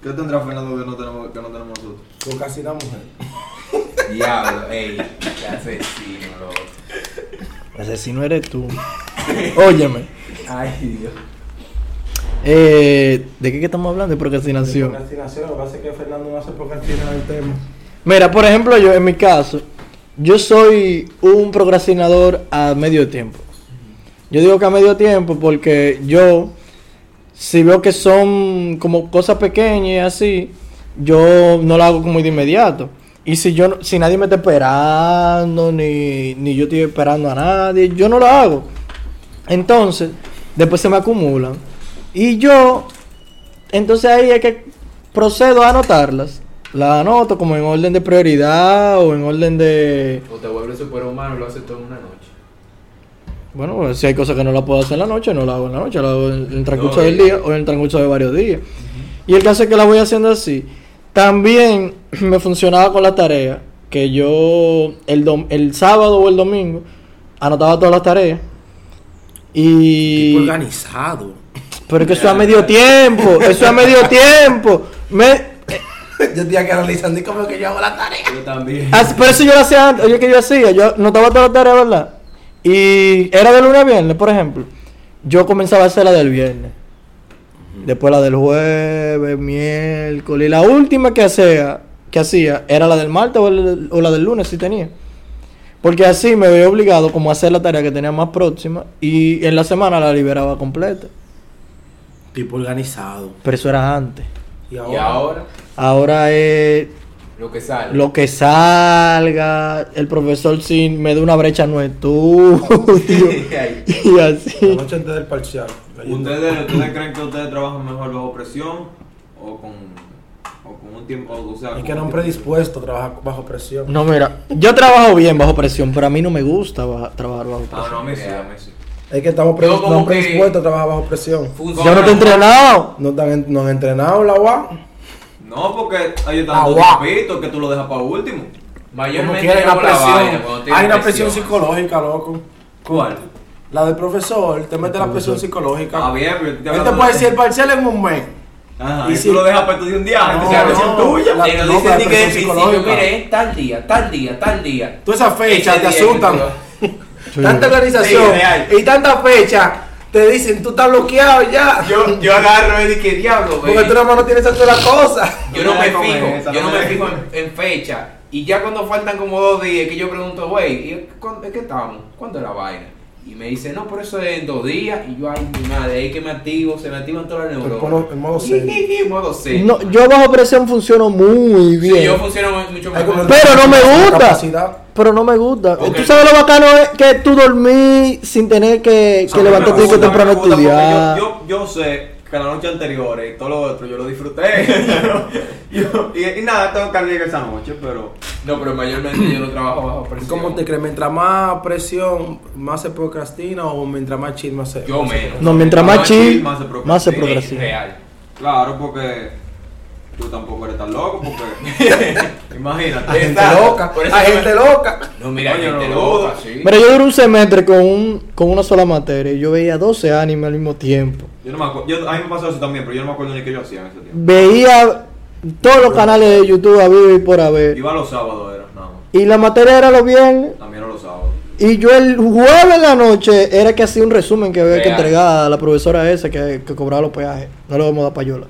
Speaker 4: ¿Qué tendrá Fernando que no tenemos, que no tenemos nosotros?
Speaker 5: Con casi una mujer.
Speaker 2: Diablo, ey, qué asesino, loco.
Speaker 1: Asesino eres
Speaker 2: (laughs)
Speaker 1: tú. Óyeme.
Speaker 2: Ay, Dios.
Speaker 1: eh, ¿De qué, que estamos hablando? De procrastinación.
Speaker 5: Procrastinación, lo que pasa es que Fernando no hace procrastinar el tema.
Speaker 1: Mira, por ejemplo, yo en mi caso, yo soy un procrastinador a medio tiempo. Yo digo que a medio tiempo porque yo, si veo que son como cosas pequeñas y así, yo no la hago como de inmediato. Y si yo, no- si nadie me está esperando, ni, ni yo estoy esperando a nadie, yo no la hago. Entonces, después se me acumulan. Y yo, entonces ahí es que procedo a anotarlas. Las anoto como en orden de prioridad o en orden de...
Speaker 2: O te vuelves superhumano y lo haces todo en una noche.
Speaker 1: Bueno, pues, si hay cosas que no las puedo hacer en la noche, no las hago en la noche, las hago en en el transcurso
Speaker 2: No,
Speaker 1: del
Speaker 2: y-
Speaker 1: día o en el transcurso de varios días. Y el caso es que la voy haciendo así. También (clears throat) me funcionaba con la tarea, que yo el, dom- el sábado o el domingo anotaba todas las tareas. Y...
Speaker 5: Organizado.
Speaker 1: Pero es que eso a medio tiempo, eso a
Speaker 2: (laughs)
Speaker 1: medio tiempo. Me,
Speaker 5: yo tenía que analizar, ¿y cómo es que yo hago la tarea?
Speaker 4: Yo también.
Speaker 1: as- Ah, pero eso yo lo hacía antes, oye, que yo hacía, yo notaba todas las tareas, ¿verdad? Y era de lunes a viernes, por ejemplo. Yo comenzaba a hacer la del viernes. Después la del jueves, miércoles. Y la última que hacía, que hacía era la del martes o, el- o la del lunes, si tenía. Porque así me veía obligado como a hacer la tarea que tenía más próxima y en la semana la liberaba completa.
Speaker 5: Tipo organizado.
Speaker 1: Pero eso era antes.
Speaker 5: Y
Speaker 2: Y ahora,
Speaker 1: Ahora es
Speaker 2: Lo que sale.
Speaker 1: Lo que salga, el profesor sin me da una brecha no es tú.
Speaker 2: (laughs) Ay.
Speaker 1: (laughs) y así.
Speaker 5: La noche antes del parcial.
Speaker 4: ¿Ustedes, ustedes creen que ustedes trabajan mejor bajo presión o con, o con un tiempo? O sea,
Speaker 5: Es
Speaker 4: con
Speaker 5: que
Speaker 4: un
Speaker 5: no han
Speaker 4: tiempo-
Speaker 5: predispuesto a trabajar bajo presión.
Speaker 1: No, mira, yo trabajo bien bajo presión, pero a mí no me gusta baja- trabajar bajo
Speaker 4: Ah,
Speaker 1: presión.
Speaker 4: no, a mí sí, a mí sí.
Speaker 5: Es que estamos pre-
Speaker 2: Yo
Speaker 5: no
Speaker 2: como
Speaker 5: han
Speaker 2: que-
Speaker 5: predispuesto a trabajar bajo presión.
Speaker 2: Funciona.
Speaker 1: Yo no te he entrenado.
Speaker 5: No, están en- no han entrenado la UA.
Speaker 4: No, porque hay tanto
Speaker 5: Agua.
Speaker 4: grupito que tú lo dejas para último.
Speaker 5: Como
Speaker 2: Mayormente
Speaker 5: quiera, hay
Speaker 2: como
Speaker 5: una
Speaker 2: la vaina, cuando
Speaker 5: presión.
Speaker 2: tiene
Speaker 5: Hay una presión psicológica, loco.
Speaker 4: ¿Cuál?
Speaker 5: La del profesor te mete la presión psicológica.
Speaker 4: Ah, bien, pero te
Speaker 5: Él te Este puede decir el parcial en un mes.
Speaker 4: Ajá,
Speaker 5: Y
Speaker 4: y
Speaker 5: si-
Speaker 4: si lo dejas para estudiar un día,
Speaker 2: Ah,
Speaker 5: No,
Speaker 4: antes de la presión
Speaker 5: no,
Speaker 4: tuya.
Speaker 5: la-
Speaker 2: Y nos
Speaker 5: no,
Speaker 2: dicen
Speaker 5: la
Speaker 2: ni que
Speaker 5: presión
Speaker 2: del principio,
Speaker 5: psicológica.
Speaker 2: mire, es tal día, tal día, tal día.
Speaker 5: Todas esas fechas
Speaker 2: Ese
Speaker 5: te
Speaker 2: día
Speaker 5: asustan.
Speaker 2: que tú-
Speaker 5: Tanta organización
Speaker 4: Sí, real.
Speaker 5: y tanta fecha. Te dicen, tú estás bloqueado ya.
Speaker 4: Yo, yo agarro y dije, diablo, güey.
Speaker 5: Porque tú nada más no tienes hacer las cosas.
Speaker 2: Yo no me
Speaker 4: No me la comen
Speaker 2: fijo,
Speaker 4: esa,
Speaker 2: yo no
Speaker 4: no
Speaker 2: me
Speaker 4: me la
Speaker 2: fijo en,
Speaker 4: comen.
Speaker 2: en fecha. Y ya cuando faltan como dos días, que yo pregunto, güey, ¿y cuándo- ¿en qué estamos? ¿Cuándo es la vaina? Y me dice, no, por eso es en dos días. Y yo, ay, mi madre, ahí que me activo, se me activan todas las
Speaker 5: Te
Speaker 2: neuronas.
Speaker 5: pones en modo serio.
Speaker 2: En modo serio.
Speaker 1: No, yo bajo presión funciono muy
Speaker 2: Sí,
Speaker 1: bien.
Speaker 2: yo funciono mu- mucho
Speaker 5: Hay como-
Speaker 2: mejor.
Speaker 1: Pero no me gusta.
Speaker 5: Capacidad.
Speaker 1: Pero no me gusta.
Speaker 2: Ok.
Speaker 1: ¿Tú sabes lo bacano es que tú dormí sin tener que, que
Speaker 4: A mí me
Speaker 1: levantarte
Speaker 4: gusta,
Speaker 1: que temprano a
Speaker 4: me gusta porque
Speaker 1: estudiar?
Speaker 4: Yo, yo, yo sé que la noche anterior y todo lo otro yo lo disfruté. (laughs) Yo- y, y nada, tengo que llegar esa noche, pero.
Speaker 2: No, pero mayormente yo no trabajo bajo
Speaker 5: ¿Y
Speaker 2: presión.
Speaker 5: ¿Cómo te crees? Mientras más presión, más se procrastina o mientras más chill, más se.
Speaker 2: Yo menos.
Speaker 1: No, mientras más
Speaker 4: Más chill,
Speaker 1: chill,
Speaker 4: más se procrastina.
Speaker 1: más se
Speaker 2: Es
Speaker 1: progresina.
Speaker 2: Real.
Speaker 4: Claro, porque. Tú tampoco eres tan loco, porque. (laughs)
Speaker 5: Hay
Speaker 4: imagínate.
Speaker 5: gente
Speaker 2: Está-
Speaker 5: loca.
Speaker 2: por eso
Speaker 1: Ah,
Speaker 5: Hay
Speaker 2: yo me-
Speaker 5: gente loca.
Speaker 2: No, mira,
Speaker 4: Coño,
Speaker 2: yo te
Speaker 4: no.
Speaker 2: lo así.
Speaker 1: Mira, yo duré un semestre con, un, con una sola materia y yo veía 12 animes al mismo tiempo.
Speaker 4: Yo no me acuerdo. Yo, a mí me pasó eso también, pero yo no me acuerdo ni qué yo hacía en ese tiempo.
Speaker 1: Veía todos los canales de YouTube a vivo y por haber.
Speaker 4: Iba los sábados, era, nada más.
Speaker 1: Y la materia era los viernes.
Speaker 4: También era los sábados.
Speaker 1: Y yo el jueves en la noche era que hacía un resumen que había que
Speaker 2: Real.
Speaker 1: entregar a la profesora esa que, que cobraba los peajes. No le vamos a dar payola.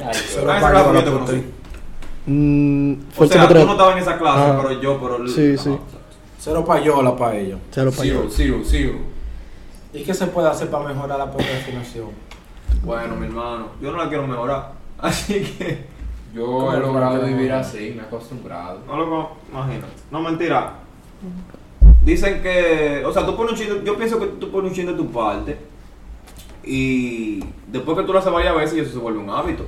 Speaker 2: Ay,
Speaker 5: Se
Speaker 2: yo-
Speaker 5: lo
Speaker 4: Ah,
Speaker 5: pago
Speaker 4: esa clase
Speaker 5: para
Speaker 4: yo te
Speaker 5: la
Speaker 4: conocí.
Speaker 5: puta.
Speaker 1: Mm, fue
Speaker 4: O
Speaker 1: el
Speaker 4: sea, tú
Speaker 1: semestre-
Speaker 4: no estabas en esa clase,
Speaker 1: Ajá.
Speaker 4: pero yo, pero.
Speaker 1: Sí, sí.
Speaker 5: Cero payola para ellos.
Speaker 1: Se lo payó.
Speaker 2: Zero, zero, zero.
Speaker 5: ¿Y qué se puede hacer para mejorar la procrastinación?
Speaker 4: Bueno, mi hermano, yo no la quiero mejorar. (laughs) Así que.
Speaker 2: Yo
Speaker 5: ¿Cómo
Speaker 2: he
Speaker 5: tú
Speaker 2: logrado
Speaker 5: no?
Speaker 2: vivir así, me he acostumbrado.
Speaker 4: No lo imagino. No, mentira. Dicen que. O sea, tú pones un chiste. Yo pienso que tú pones un chiste de tu parte. Y después que tú lo haces varias veces, y eso se vuelve un hábito.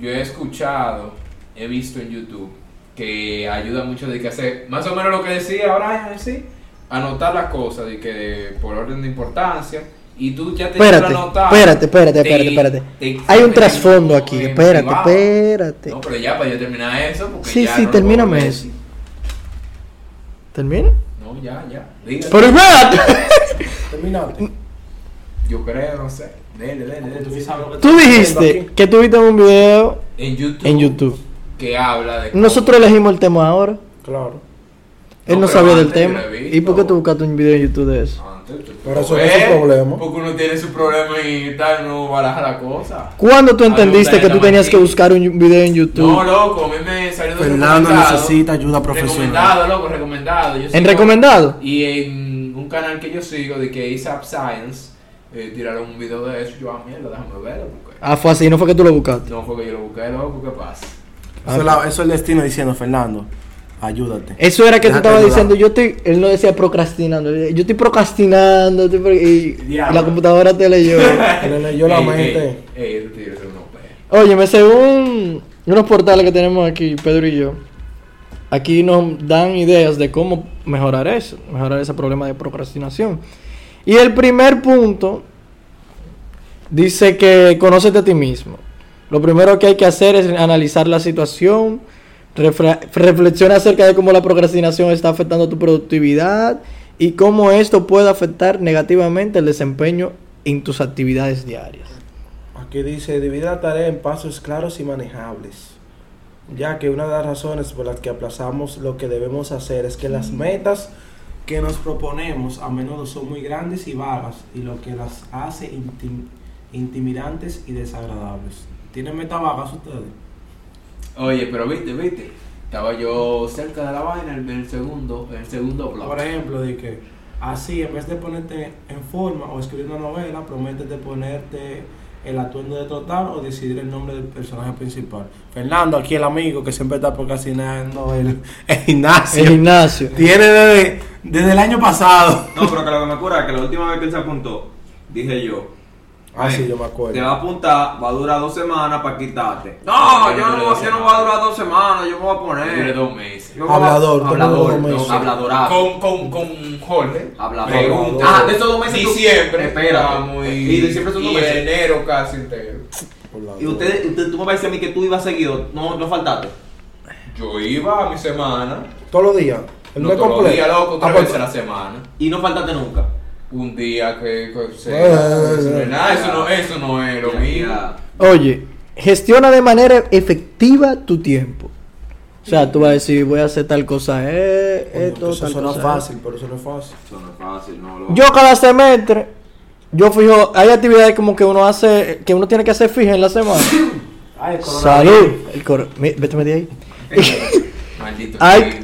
Speaker 2: Yo he escuchado, he visto en YouTube que ayuda mucho de que hacer, más o menos lo que decía Brian, sí, anotar las cosas de que por orden de importancia y tú ya te
Speaker 1: Espérate, espérate, espérate, espérate, espérate. Hay un trasfondo aquí. Espérate, espérate.
Speaker 2: No, pero ya para yo terminar eso, porque
Speaker 1: Este. Sí,
Speaker 2: ya
Speaker 1: sí,
Speaker 2: no lo
Speaker 1: termíname
Speaker 2: puedo
Speaker 1: eso.
Speaker 2: decir.
Speaker 1: ¿Termina?
Speaker 2: No, ya, ya. Dígalo.
Speaker 1: Pero espérate. (laughs)
Speaker 5: Terminante.
Speaker 2: Yo creo, no sé. Dele, dele, dele.
Speaker 1: Tú dijiste que tuviste un video
Speaker 2: En YouTube.
Speaker 1: en YouTube.
Speaker 2: Que habla de. cómo-
Speaker 1: Nosotros elegimos el tema ahora.
Speaker 5: Claro.
Speaker 1: Él no,
Speaker 2: No, pero
Speaker 1: sabía del
Speaker 2: antes yo
Speaker 1: tema.
Speaker 2: lo he visto.
Speaker 1: ¿Y por qué tú buscaste un video en YouTube de eso?
Speaker 2: Antes, Ah, tú-
Speaker 5: Pero eso
Speaker 2: tú
Speaker 5: no es
Speaker 2: ves,
Speaker 5: su problema.
Speaker 2: Porque uno tiene su problema y tal, no baraja la cosa.
Speaker 1: ¿Cuándo tú
Speaker 2: A mí me
Speaker 1: entendiste
Speaker 2: gusta
Speaker 1: que
Speaker 2: el
Speaker 1: tú tenías que
Speaker 2: tamaño.
Speaker 1: buscar un video en YouTube?
Speaker 2: No, loco, a mí me salió de
Speaker 5: Fernando
Speaker 2: recomendado.
Speaker 5: necesita ayuda profesional.
Speaker 2: Recomendado, loco, recomendado. Yo
Speaker 1: ¿En
Speaker 2: sigo-
Speaker 1: recomendado?
Speaker 2: Y en un canal que yo sigo de que ASAP Science eh, tiraron un video de eso. Yo, ah, mierda, déjame verlo. Porque...
Speaker 1: Ah, fue así, no fue que tú lo buscaste.
Speaker 2: No fue que yo lo busqué, loco, ¿qué pasa?
Speaker 5: Eso, es la- eso es el destino diciendo, Fernando, ayúdate.
Speaker 1: Eso era que tú
Speaker 5: Déjate
Speaker 1: estabas
Speaker 5: ayudar.
Speaker 1: diciendo, yo estoy, él no decía procrastinando, él decía, yo estoy procrastinando, estoy pro- y
Speaker 2: Diablo.
Speaker 1: la computadora te
Speaker 2: (laughs)
Speaker 1: leyó.
Speaker 5: Que le leyó la
Speaker 2: Ey,
Speaker 5: mente.
Speaker 2: Ey, ey, este tío es un OP.
Speaker 1: Óyeme, según unos portales que tenemos aquí, Pedro y yo, aquí nos dan ideas de cómo mejorar eso, mejorar ese problema de procrastinación. Y el primer punto dice que conócete a ti mismo. Lo primero que hay que hacer es analizar la situación, refra- reflexiona acerca de cómo la procrastinación está afectando tu productividad y cómo esto puede afectar negativamente el desempeño en tus actividades diarias.
Speaker 5: Aquí dice, divide la tarea en pasos claros y manejables. Ya que una de las razones por las que aplazamos lo que debemos hacer es que las metas que nos proponemos a menudo son muy grandes y vagas y lo que las hace intim- intimidantes y desagradables. ¿Tienen metas vagas ustedes?
Speaker 2: Oye, pero viste, viste. Estaba yo cerca de la vaina en el segundo, el segundo bloque.
Speaker 5: Por ejemplo, de que así, en vez de ponerte en forma o escribir una novela, prométete ponerte el atuendo de total o decidir el nombre del personaje principal. Fernando, aquí el amigo que siempre está procrastinando el, el gimnasio.
Speaker 1: El gimnasio.
Speaker 5: Tiene desde, desde el año pasado.
Speaker 4: No, pero que lo que me cura es que la última vez que él se apuntó, dije yo.
Speaker 5: Ah,
Speaker 4: "Ven,
Speaker 5: sí, yo me acuerdo.
Speaker 4: Te va a apuntar, va a durar dos semanas para quitarte. No, yo no, voy- yo no voy a durar dos semanas, yo me voy a
Speaker 2: Dure
Speaker 4: poner.
Speaker 2: dos meses.
Speaker 4: Yo me voy a-
Speaker 5: Hablador, todo el mundo
Speaker 4: hablador,
Speaker 5: come
Speaker 4: no,
Speaker 5: eso.
Speaker 4: habladorazo.
Speaker 2: Ah. Con, con, con Jorge.
Speaker 4: Hablador.
Speaker 2: Pregunta.
Speaker 4: Ah, de esos dos meses tú-
Speaker 2: Diciembre.
Speaker 4: Espérate.
Speaker 2: estábamos Y,
Speaker 4: Y diciembre son dos
Speaker 2: y
Speaker 4: meses.
Speaker 2: enero casi entero.
Speaker 4: Y usted, usted, tú me vas a decir a mí que tú ibas seguido, no, no faltaste.
Speaker 2: Yo iba a mi semana.
Speaker 5: Todos los días. El
Speaker 2: no
Speaker 5: mes
Speaker 2: todos los
Speaker 5: completo.
Speaker 2: días, loco,
Speaker 5: Ah,
Speaker 2: tres
Speaker 5: pues,
Speaker 2: veces a la semana.
Speaker 4: Y no faltaste nunca.
Speaker 2: Un día que, que se-
Speaker 5: Eh,
Speaker 2: eso no es nada,
Speaker 4: ya.
Speaker 2: eso no, eso no es lo
Speaker 4: Ya,
Speaker 2: mío.
Speaker 4: ya.
Speaker 1: Oye, gestiona de manera efectiva tu tiempo. O sea, tú vas a decir, voy a hacer tal cosa, eh,
Speaker 5: coño,
Speaker 1: esto,
Speaker 5: eso
Speaker 1: tal
Speaker 5: suena
Speaker 1: cosa, eh.
Speaker 5: fácil, pero eso no es fácil.
Speaker 4: Eso no es fácil, no lo
Speaker 1: Yo cada semestre, yo fijo, hay actividades como que uno hace, que uno tiene que hacer fija en la
Speaker 5: (laughs)
Speaker 1: semana. Salud. El coro- mi- vete, mete ahí.
Speaker 2: Maldito.
Speaker 1: Hay,
Speaker 2: sí.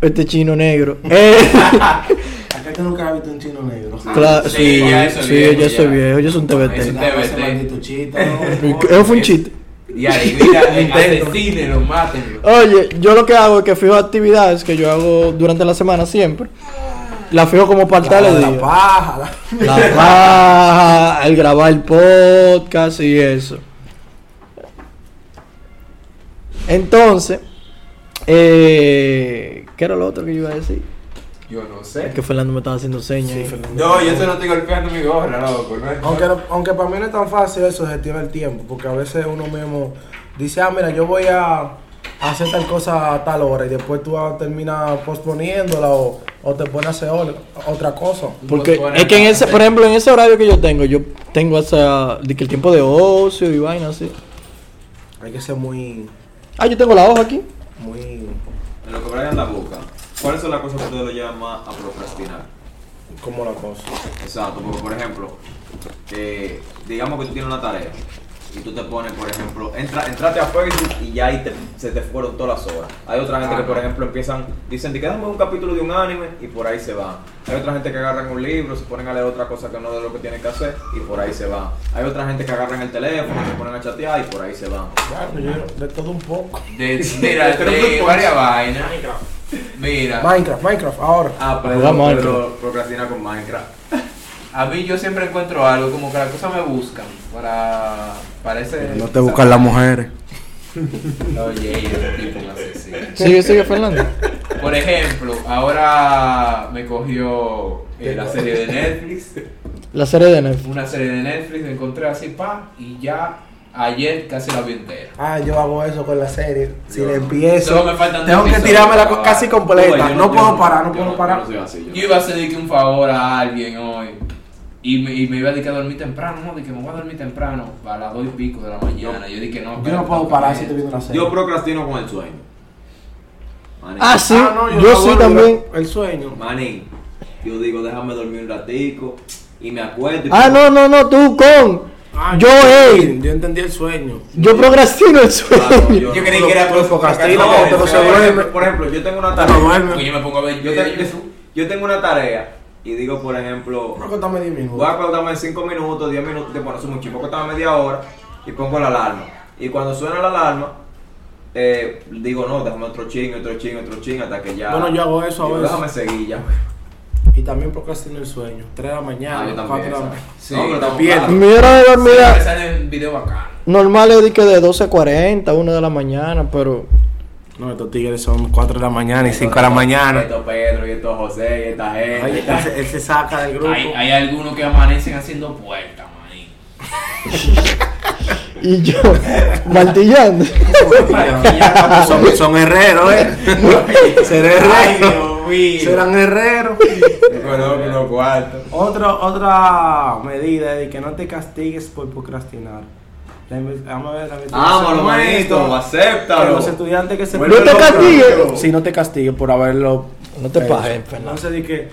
Speaker 1: este chino
Speaker 5: (laughs)
Speaker 1: negro. Eh, (laughs)
Speaker 5: Acá tú nunca has visto un chino negro.
Speaker 1: Claro,
Speaker 2: Sí,
Speaker 1: sí,
Speaker 2: ya eso es
Speaker 1: sí,
Speaker 2: viejo,
Speaker 1: yo soy
Speaker 2: ya.
Speaker 1: viejo, yo soy un TBT.
Speaker 2: Eso
Speaker 5: Nada más
Speaker 2: TBT.
Speaker 5: ese maldito (laughs) chito,
Speaker 1: Y
Speaker 5: ¿no?
Speaker 1: que- Eso fue un chiste.
Speaker 2: Y ahí,
Speaker 5: (laughs)
Speaker 2: mira, eh, asesínenlo, mátenlo.
Speaker 1: Oye, yo lo que hago es que fijo actividades que yo hago durante la semana siempre. Las fijo como
Speaker 3: Ah,
Speaker 1: para tales
Speaker 5: Ah, la,
Speaker 1: días.
Speaker 5: paja. la-
Speaker 1: La paja, el grabar el podcast y eso. Entonces, eh, ¿qué era lo otro que yo iba a decir?
Speaker 2: Yo no
Speaker 1: Es
Speaker 2: sé.
Speaker 1: que Fernando me estaba haciendo señas. ahí.
Speaker 2: No, yo solo estoy golpeando mi gorra, loco. No es
Speaker 5: Aunque, no- aunque para mí no es tan fácil eso, gestionar el tiempo, porque a veces uno mismo dice, ah, mira, yo voy a hacer tal cosa a tal hora y después tú ah, terminas posponiéndola o, o te pones a hacer ol- otra cosa.
Speaker 1: Porque
Speaker 2: Pues,
Speaker 1: es que en
Speaker 2: bueno,
Speaker 1: ese, por ejemplo, en ese horario que yo tengo, yo tengo hasta de que el tiempo de ocio y vaina así.
Speaker 5: Hay que ser muy,
Speaker 1: Ah, yo tengo la hoja aquí.
Speaker 5: muy,
Speaker 4: En lo que Brian la boca, ¿cuáles son las cosas que ustedes lo llevan más a procrastinar?
Speaker 5: como la cosa.
Speaker 4: Exacto, porque por ejemplo, eh, digamos que tú tienes una tarea y tú te pones, por ejemplo, entra, entrate a Facebook y ya ahí te- se te fueron todas las horas. Hay otra gente que, por ejemplo, empiezan, dicen, quedamos un capítulo de un anime y por ahí se van. Hay otra gente que agarran un libro, se ponen a leer otra cosa que no es lo que tienen que hacer y por ahí se van. Hay otra gente que agarran el teléfono, se ponen a chatear y por ahí se van.
Speaker 5: Bueno, pues yo de todo un poco.
Speaker 2: De, mira,
Speaker 4: Pero
Speaker 2: de
Speaker 4: no
Speaker 2: varias vainas. Mira, pues,
Speaker 5: Minecraft, Minecraft, ahora.
Speaker 4: Ah, pero
Speaker 1: Jugar Minecraft.
Speaker 4: Pedro procrastina con Minecraft.
Speaker 2: a mí yo siempre encuentro algo, como que las cosas me buscan para, para ese...
Speaker 5: las mujeres.
Speaker 2: Oye, yo soy tipo un asesino.
Speaker 1: Sigue, sigue, Fernando.
Speaker 2: Por ejemplo, ahora me cogió eh, la serie de Netflix.
Speaker 1: La serie de Netflix.
Speaker 2: Una serie de Netflix, me encontré así, pa, y ya ayer casi la vi entera.
Speaker 5: Ah, yo hago eso con la serie. Si
Speaker 4: Yo-
Speaker 5: le empiezo,
Speaker 2: solo me faltan
Speaker 5: tengo
Speaker 2: dos
Speaker 5: que
Speaker 2: episodios
Speaker 5: tirármela
Speaker 2: para
Speaker 5: casi
Speaker 2: acabar.
Speaker 5: completa.
Speaker 4: Oye, yo
Speaker 5: no,
Speaker 4: yo
Speaker 5: puedo parar, no
Speaker 4: yo
Speaker 5: puedo
Speaker 4: yo
Speaker 5: parar.
Speaker 4: no soy así, yo
Speaker 2: Yo
Speaker 4: no.
Speaker 2: iba a hacer de que un favor a alguien hoy. Y me, y me iba a dedicar a dormir temprano, no, de que me voy a dormir temprano a las dos y pico de la mañana. Yo dije que no.
Speaker 5: Yo
Speaker 2: espérate,
Speaker 5: no puedo
Speaker 2: tengo
Speaker 5: parar
Speaker 2: que
Speaker 5: si estoy
Speaker 2: ver.
Speaker 5: viendo una serie.
Speaker 4: Yo procrastino con el sueño. Manín.
Speaker 1: Ah, sí,
Speaker 5: Ah, no,
Speaker 1: yo,
Speaker 5: no
Speaker 1: sí
Speaker 5: vuelvo
Speaker 1: también.
Speaker 5: El sueño.
Speaker 4: Manín, yo digo, déjame dormir un ratico y me acuerdo. y-
Speaker 1: Ah, no, no, no, tú con.
Speaker 5: Ah,
Speaker 1: yo,
Speaker 5: entendí,
Speaker 1: hey,
Speaker 5: yo entendí el sueño.
Speaker 1: yo procrastino el
Speaker 4: Claro,
Speaker 1: sueño.
Speaker 2: Yo creí que era
Speaker 5: Tú lo procrastinas,
Speaker 4: No,
Speaker 5: cuando no
Speaker 4: por
Speaker 5: se
Speaker 4: ejemplo,
Speaker 5: duerme.
Speaker 4: Por ejemplo, yo tengo una
Speaker 5: Cuando
Speaker 4: tarea.
Speaker 2: Porque yo
Speaker 5: duerme.
Speaker 2: me pongo a ver
Speaker 4: Pues Yo,
Speaker 2: videos de
Speaker 4: te- yo-
Speaker 2: YouTube.
Speaker 4: yo tengo una tarea y digo, por ejemplo,
Speaker 5: Acostame 10 minutos.
Speaker 4: voy a acordarme 5 minutos, 10 minutos, te pones un chico que media hora y pongo la alarma. Y cuando suena la alarma, eh, digo, no, déjame otro ching, otro ching, otro ching, hasta que ya.
Speaker 5: Bueno, yo hago eso a
Speaker 4: Digo,
Speaker 5: veces.
Speaker 4: Déjame seguir ya.
Speaker 5: Y también procrastino el sueño. 3 de la
Speaker 4: Ah,
Speaker 5: mañana, 4
Speaker 4: yo
Speaker 5: de
Speaker 4: también.
Speaker 5: la
Speaker 4: esa.
Speaker 5: mañana.
Speaker 2: Sí,
Speaker 4: no, pero estamos
Speaker 5: también.
Speaker 4: claros.
Speaker 1: (laughs) Mi hora de dormir
Speaker 2: Siempre
Speaker 1: es-
Speaker 2: salen videos bacanos.
Speaker 1: normal es de que de 12.40, 1 de la mañana, pero
Speaker 5: No, estos tigres son 4 de la mañana y 5
Speaker 4: Esto
Speaker 5: de la
Speaker 4: es-
Speaker 5: mañana.
Speaker 4: Esto es Pedro y esto es José y esta gente.
Speaker 5: Ay, él, se- él se saca del grupo.
Speaker 2: Hay, hay algunos que amanecen haciendo puertas, maní.
Speaker 1: y yo martillando.
Speaker 5: Son, son herreros, ¿eh?
Speaker 4: (laughs)
Speaker 5: Será herrero. Serán herreros.
Speaker 4: Conozco unos cuartos.
Speaker 5: Otra, otra medida es de que no te castigues por procrastinar. La inve- Vamos a ver la investigación
Speaker 4: Ámalo, Ah, manito,
Speaker 5: esto,
Speaker 4: acéptalo.
Speaker 5: que los estudiantes que se
Speaker 4: Vuelve
Speaker 1: No te
Speaker 4: loco,
Speaker 1: castigues.
Speaker 4: loco.
Speaker 5: Si no te castigues por haberlo.
Speaker 1: No te
Speaker 5: hecho.
Speaker 1: pajes, Fernando.
Speaker 5: Entonces, di que,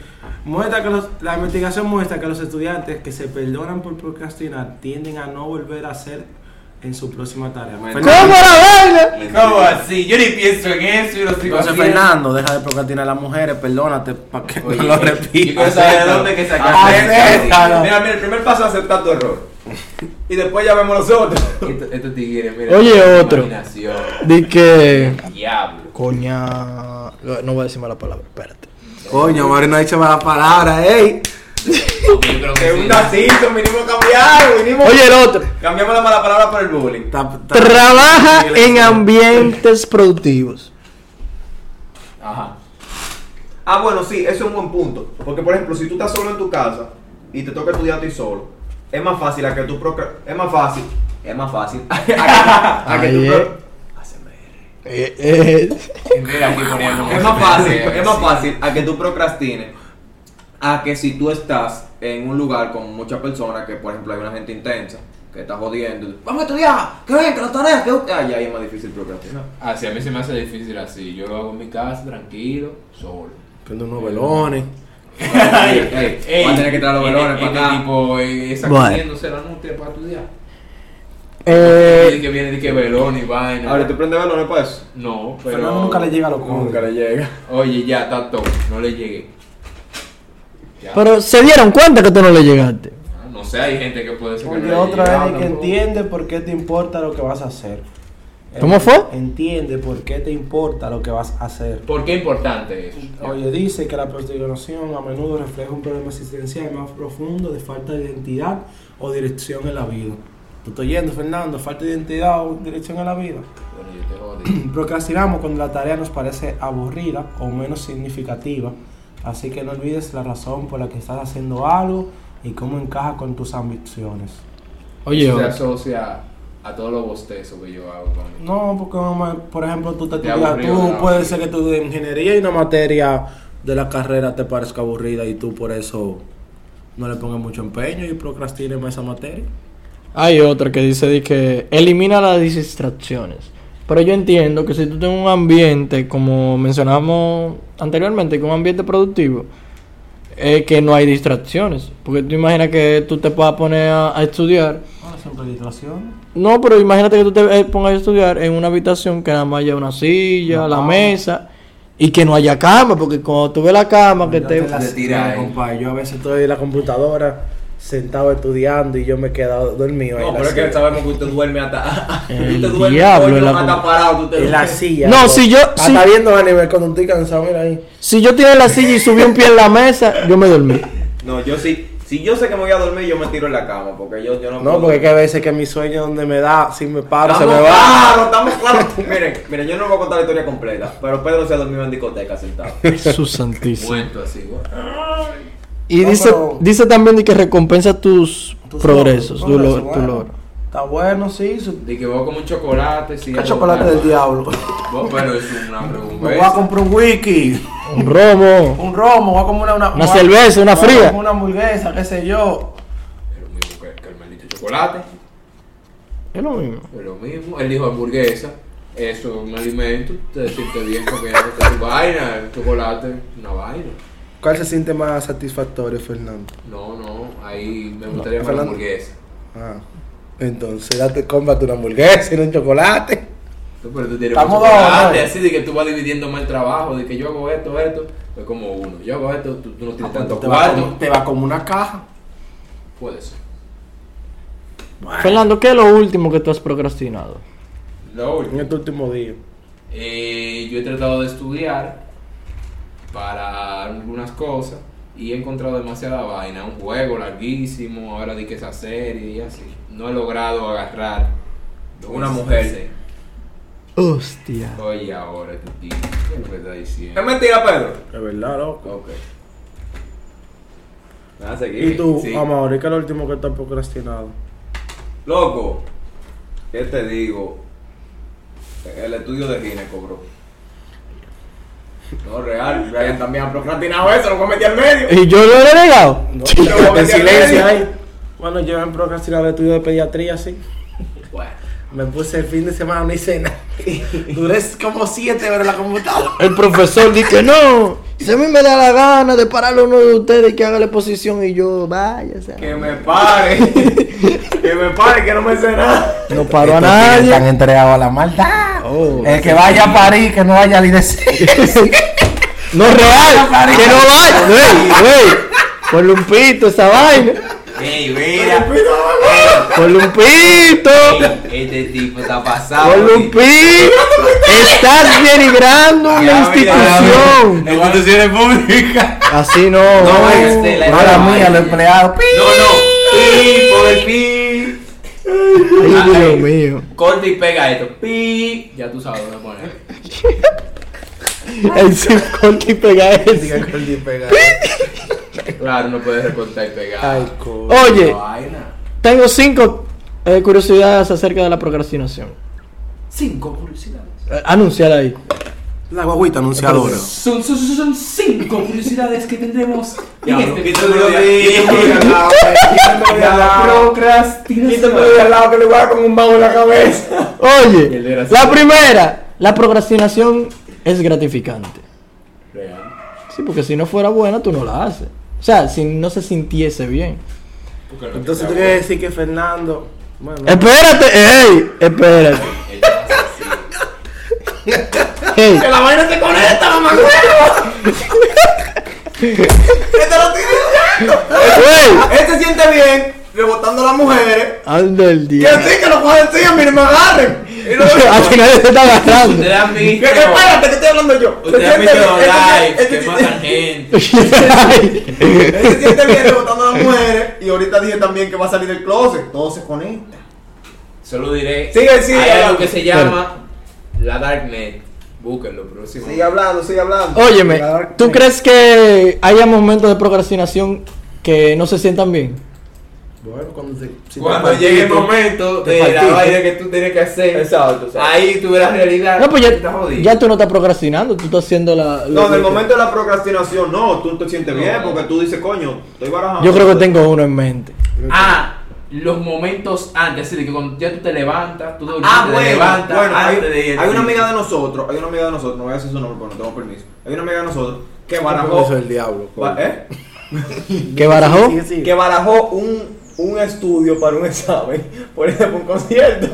Speaker 5: muestra que los- la investigación muestra que los estudiantes que se perdonan por procrastinar tienden a no volver a hacer en su próxima tarea.
Speaker 4: Bueno.
Speaker 1: ¿Cómo la vaina?
Speaker 2: ¿Cómo así? Yo ni pienso en eso, yo lo estoy
Speaker 5: Entonces, Fernando, deja de procrastinar a las mujeres, perdónate para que no lo repitas.
Speaker 2: Yo quiero saber de dónde que sacaste
Speaker 5: Acéptalo.
Speaker 2: eso.
Speaker 4: Mira, mira, el primer paso es aceptar tu error. y después ya vemos los otros.
Speaker 2: Esto- Estos tigres, mira.
Speaker 1: Oye,
Speaker 2: qué
Speaker 1: otro.
Speaker 2: imaginación.
Speaker 1: Di que.
Speaker 2: Diablo.
Speaker 1: Coña. No voy a decir mala palabra, espérate.
Speaker 3: Coño, Mario no ha dicho malas palabras, ey.
Speaker 2: Yo creo que
Speaker 4: Que un
Speaker 2: sí.
Speaker 4: dacito, vinimos a cambiar, vinimos.
Speaker 1: Oye, el otro.
Speaker 4: Cambiamos la mala palabra por el bullying.
Speaker 3: Ta- ta-
Speaker 1: Trabaja en ambientes productivos.
Speaker 2: Ajá.
Speaker 4: Ah, bueno, sí, eso es un buen punto. Porque, por ejemplo, si tú estás solo en tu casa y te toca estudiar a ti solo, es más fácil a que tú procra- Es más fácil. Es más fácil. (laughs) A que, a que tú
Speaker 1: Ahí
Speaker 4: pro-
Speaker 1: es. Eh, eh,
Speaker 2: Mira, aquí poniendo.
Speaker 4: Es más (laughs) fácil, es más fácil a que tú procrastines a que si tú estás en un lugar con muchas personas, que por ejemplo hay una gente intensa, que está jodiendo, y, vamos a estudiar, que ven, que las tareas, que ah, ya ahí es más difícil procrastinar.
Speaker 2: Así Ah, a mí se me hace difícil así. Yo lo hago en mi casa, tranquilo, solo.
Speaker 3: Prende unos velones.
Speaker 4: (laughs) Ey, ey, e- va a tener que traer los
Speaker 2: Este-
Speaker 4: velones para
Speaker 2: este
Speaker 4: acá.
Speaker 2: tipo eh, está
Speaker 1: Bueno.
Speaker 2: comiéndose la nutria para estudiar. Y
Speaker 1: eh,
Speaker 2: que viene de que velón y vaina.
Speaker 4: Ahora, ¿tú prendes velones para eso?
Speaker 2: No, pero.
Speaker 5: Fernando nunca le llega a lo
Speaker 4: Nunca le llega.
Speaker 2: Oye, ya, está todo. No le llegué. Ya.
Speaker 1: pero se dieron cuenta que tú no le llegaste.
Speaker 2: Ah, No sé, hay gente que puede ser que no
Speaker 5: Porque
Speaker 2: le
Speaker 5: otra
Speaker 2: llegue.
Speaker 5: vez es que entiende por qué te importa lo que vas a hacer.
Speaker 1: ¿Cómo fue?
Speaker 5: Entiende por qué te importa lo que vas a hacer.
Speaker 2: ¿Por qué es importante eso?
Speaker 5: Oye, dice que la procrastinación a menudo refleja un problema existencial más profundo de falta de identidad o dirección en la vida. ¿Tú estás oyendo, Fernando? ¿Falta de identidad o dirección en la vida?
Speaker 2: Bueno, yo te jodí.
Speaker 5: Procrastinamos cuando la tarea nos parece aburrida o menos significativa, así que no olvides la razón por la que estás haciendo algo y cómo encaja con tus ambiciones.
Speaker 1: Oye,
Speaker 2: se
Speaker 1: oye.
Speaker 2: asocia a todos los bostezos que yo hago con
Speaker 5: No, porque mamá, por ejemplo tú te
Speaker 2: Te
Speaker 5: estudias-
Speaker 2: aburrió,
Speaker 5: tú
Speaker 2: ¿no?
Speaker 5: puede ser que tú de ingeniería y una materia de la carrera te parezca aburrida y tú por eso no le pongas mucho empeño y procrastines más esa materia.
Speaker 1: Hay otra que dice di que elimina las distracciones. Pero yo entiendo que si tú tienes un ambiente, como mencionamos anteriormente, que un ambiente productivo, es que no hay distracciones. Porque tú imaginas que tú te puedas poner a, a estudiar.
Speaker 5: Ah, siempre hay distracciones.
Speaker 1: No, pero imagínate que tú te eh, pongas a estudiar en una habitación que nada más haya una silla,
Speaker 5: Una
Speaker 1: la
Speaker 5: cama.
Speaker 1: mesa, y que no haya cama, porque cuando tú ves la cama, que
Speaker 5: Yo te
Speaker 1: te...
Speaker 5: la-
Speaker 2: te tira
Speaker 5: mira,
Speaker 2: ahí.
Speaker 5: compadre, Yo a veces estoy en la computadora sentado estudiando y yo me he quedado dormido ahí
Speaker 4: No,
Speaker 5: en la
Speaker 4: pero es que
Speaker 5: silla.
Speaker 4: sabemos que usted duerme hasta. (laughs)
Speaker 1: El
Speaker 4: usted duerme
Speaker 1: diablo,
Speaker 4: coño,
Speaker 1: la-
Speaker 4: hasta parado, tú te
Speaker 5: En la
Speaker 4: duermes.
Speaker 5: silla.
Speaker 1: No,
Speaker 5: loco.
Speaker 1: si yo-
Speaker 5: Hasta
Speaker 1: si-
Speaker 5: viendo a nivel cuando estoy cansado, mira ahí.
Speaker 1: Si yo tiré la silla y subí un pie en la mesa, yo me dormí.
Speaker 4: No, yo sí. Si yo sé que me voy a dormir, yo me tiro en la cama. Porque yo, yo no Ah,
Speaker 5: No, porque es que a veces que mi sueño donde me da, si me paro,
Speaker 4: Estamos
Speaker 5: se me va.
Speaker 4: claros, estamos claros. (laughs) miren, miren, yo no voy a contar la historia completa. Pero Pedro se ha dormido en discoteca sentado.
Speaker 1: Jesús santísimo.
Speaker 2: Muerto así, güey.
Speaker 1: Y
Speaker 5: No,
Speaker 1: dice,
Speaker 5: pero-
Speaker 1: dice también de que recompensa tus,
Speaker 5: Tus
Speaker 1: progresos,
Speaker 5: logros,
Speaker 1: tu, lo-
Speaker 5: progresos,
Speaker 1: tu
Speaker 5: bueno.
Speaker 1: logro.
Speaker 5: Está Ah, bueno, sí. Su...
Speaker 2: De que voy a comer un chocolate. Sí,
Speaker 5: ¿Qué
Speaker 2: algo
Speaker 5: chocolate
Speaker 2: malo.
Speaker 5: del diablo?
Speaker 2: Vos, pero es
Speaker 5: (laughs)
Speaker 2: una
Speaker 5: Me voy a
Speaker 2: pregunta.
Speaker 5: comprar un whisky,
Speaker 1: Un romo.
Speaker 5: un romo, voy a comprar una,
Speaker 1: Una
Speaker 5: voy a-
Speaker 1: cerveza, una
Speaker 5: voy a
Speaker 1: fría.
Speaker 5: comprar Una hamburguesa, qué sé yo.
Speaker 2: Es lo mismo que Carmelito chocolate.
Speaker 1: Es lo mismo.
Speaker 2: Es lo mismo. Él dijo hamburguesa. Eso es un alimento. Te sientes bien porque ya no está tu vaina. El chocolate una vaina.
Speaker 5: ¿Cuál se siente más satisfactorio, Fernando?
Speaker 2: No, no. Ahí me gustaría comer
Speaker 5: Fernando.
Speaker 2: hamburguesa.
Speaker 5: Ah. Entonces, date, cómprate una hamburguesa y no un chocolate.
Speaker 2: Tú, pero tú tienes
Speaker 5: Estamos
Speaker 2: mucho chocolate,
Speaker 5: dos, ¿no?
Speaker 2: así de que tú vas dividiendo más el trabajo, de que yo hago esto, esto, es como uno. Yo hago esto, tú, tú no tienes tanto
Speaker 5: Ah, te, va como,
Speaker 2: cuarto.
Speaker 5: te va como una caja.
Speaker 2: Puede ser.
Speaker 1: Fernando, ¿qué es lo último que tú has procrastinado?
Speaker 2: Lo
Speaker 5: En
Speaker 2: último.
Speaker 5: este último día.
Speaker 2: Eh, yo he tratado de estudiar para algunas cosas y he encontrado demasiada vaina. Un juego larguísimo, ahora di que esa serie y así. No he logrado agarrar
Speaker 4: Una mujer.
Speaker 1: Hostia.
Speaker 2: Oye, ahora, tu tío, ¿qué me está diciendo?
Speaker 4: Es mentira, Pedro.
Speaker 5: Es verdad, loco.
Speaker 2: Ok.
Speaker 4: Nada, seguí.
Speaker 5: Y tú,
Speaker 3: Ah,
Speaker 2: sí.
Speaker 5: Amaury, ¿qué es lo último que estás procrastinado?
Speaker 4: Loco, ¿qué te digo? El estudio de gineco, bro. No, real. Brian también ha procrastinado eso, lo voy a meter al medio.
Speaker 1: ¿Y yo lo he negado?
Speaker 5: (laughs)
Speaker 4: En silencio
Speaker 5: ahí. Bueno, yo he procrastinado el estudio de pediatría, sí.
Speaker 2: Bueno.
Speaker 5: Me puse el fin de semana, no hice nada. (laughs) Duré como siete horas en la computadora.
Speaker 1: El profesor dice que no. Si a mí me da la gana de pararlo uno de ustedes y que haga la exposición y yo, vaya, o sea,
Speaker 4: Que me pare. que me pare, que no me sé nada.
Speaker 1: no paro a
Speaker 5: Están
Speaker 1: nadie.
Speaker 5: entregados a la maldad.
Speaker 1: Oh.
Speaker 5: El que vaya a París, que no vaya al IDC.
Speaker 1: No es real, que no vaya. Güey, güey. Ponle un pito a esa vaina.
Speaker 2: Ey, mira.
Speaker 4: Pero, pero,
Speaker 1: Ponle un pito.
Speaker 4: Ey, Este tipo está pasado.
Speaker 1: Ponle un pito.
Speaker 4: (laughs)
Speaker 1: Estás denigrando una
Speaker 4: Ya,
Speaker 1: institución.
Speaker 4: Instituciones públicas.
Speaker 1: Así no.
Speaker 4: (laughs) No, este, la
Speaker 1: Mala
Speaker 4: vaina.
Speaker 1: mía, los empleados. Pi.
Speaker 4: No, no. Pi, por el pi.
Speaker 1: Ay,
Speaker 4: ay.
Speaker 1: Dios mío.
Speaker 4: Corta y pega esto. Pi.
Speaker 2: Ya tú sabes dónde
Speaker 4: (laughs)
Speaker 2: poner.
Speaker 1: El zip corta y pega ese.
Speaker 2: Claro, no puedes recortar y pegar.
Speaker 5: Ay, coño.
Speaker 1: Oye,
Speaker 2: Vaina.
Speaker 1: tengo cinco eh, curiosidades acerca de la procrastinación.
Speaker 2: Cinco curiosidades.
Speaker 1: Eh, Anunciar ahí.
Speaker 3: La guaguita anunciadora.
Speaker 2: Son, son, son- son cinco curiosidades que tendremos en este
Speaker 4: Quítame
Speaker 2: episodio
Speaker 4: lo
Speaker 2: de-
Speaker 4: de- (laughs) quítame lo de al lado, quítame lo de al
Speaker 2: La
Speaker 4: lado.
Speaker 2: procrastinación.
Speaker 4: al lado que le voy a dar con un bajo en la cabeza.
Speaker 2: Y el
Speaker 1: Oye,
Speaker 2: desgraciado.
Speaker 1: la primera, la procrastinación es gratificante.
Speaker 2: Real.
Speaker 1: Sí, porque si no fuera buena, tú no la haces. O sea, si no se sintiese bien.
Speaker 2: Porque no te
Speaker 5: Entonces tú
Speaker 2: acuerdas.
Speaker 5: quieres decir que Fernando. Bueno,
Speaker 1: Espérate, ey, espérate. Ey,
Speaker 5: la vaina te conecta, mamá.
Speaker 1: ey,
Speaker 4: Este siente bien, rebotando a las mujeres.
Speaker 1: anda el
Speaker 4: Que
Speaker 1: día.
Speaker 4: así que lo cojan así, a mí no me (laughs) agarren. Y
Speaker 1: (laughs)
Speaker 4: no-
Speaker 1: Al final se está agarrando.
Speaker 2: Ustedes han
Speaker 4: Que- que
Speaker 2: visto.
Speaker 4: Espérate, (laughs) que estoy hablando yo. Se
Speaker 2: Ustedes han
Speaker 4: siente
Speaker 2: visto
Speaker 4: bien,
Speaker 2: live
Speaker 4: este-
Speaker 2: que
Speaker 4: este-
Speaker 2: matan gente.
Speaker 1: Ay,
Speaker 4: Él (laughs) se siente bien rebotando a las mujeres y ahorita dije también que va a salir del closet. Todo se conecta.
Speaker 2: Solo diré.
Speaker 4: Sigue, sigue
Speaker 2: Hay algo
Speaker 4: hablando.
Speaker 2: que se llama la Darknet. Búsquenlo próximo.
Speaker 4: Sigue hablando, sigue hablando.
Speaker 1: Óyeme,
Speaker 4: Claro.
Speaker 1: ¿tú crees que haya momentos de procrastinación que no se sientan bien?
Speaker 5: Bueno, cuando te. si te
Speaker 2: Cuando
Speaker 5: partiste,
Speaker 2: llegue el momento
Speaker 5: te
Speaker 2: de la
Speaker 5: partiste.
Speaker 2: vaina que tú tienes que hacer,
Speaker 4: Exacto, exacto.
Speaker 2: ahí tú verás realidad.
Speaker 1: No, pues
Speaker 2: Tú estás
Speaker 1: ya,
Speaker 2: jodido.
Speaker 1: ya tú no estás procrastinando, tú estás haciendo la... lo
Speaker 4: No, en
Speaker 1: que-
Speaker 4: el momento de la procrastinación, no, tú te sientes
Speaker 2: No.
Speaker 4: bien porque tú dices, coño, estoy barajando.
Speaker 1: Yo creo que tengo uno en mente.
Speaker 2: Ah, los momentos antes, así de que cuando ya tú te levantas, tú dormiste,
Speaker 4: Ah,
Speaker 2: te
Speaker 4: bueno,
Speaker 2: levantas
Speaker 4: bueno, hay,
Speaker 2: antes de irte.
Speaker 4: hay una amiga de nosotros, hay una amiga de nosotros, no voy a decir su nombre porque no tengo permiso. Hay una amiga de nosotros que barajó,
Speaker 5: Eso es el diablo.
Speaker 4: ba- ¿eh?
Speaker 1: ¿Qué barajó?
Speaker 5: Sigue, sigue.
Speaker 4: que barajó un, un estudio para un (laughs) examen, por ejemplo, un concierto.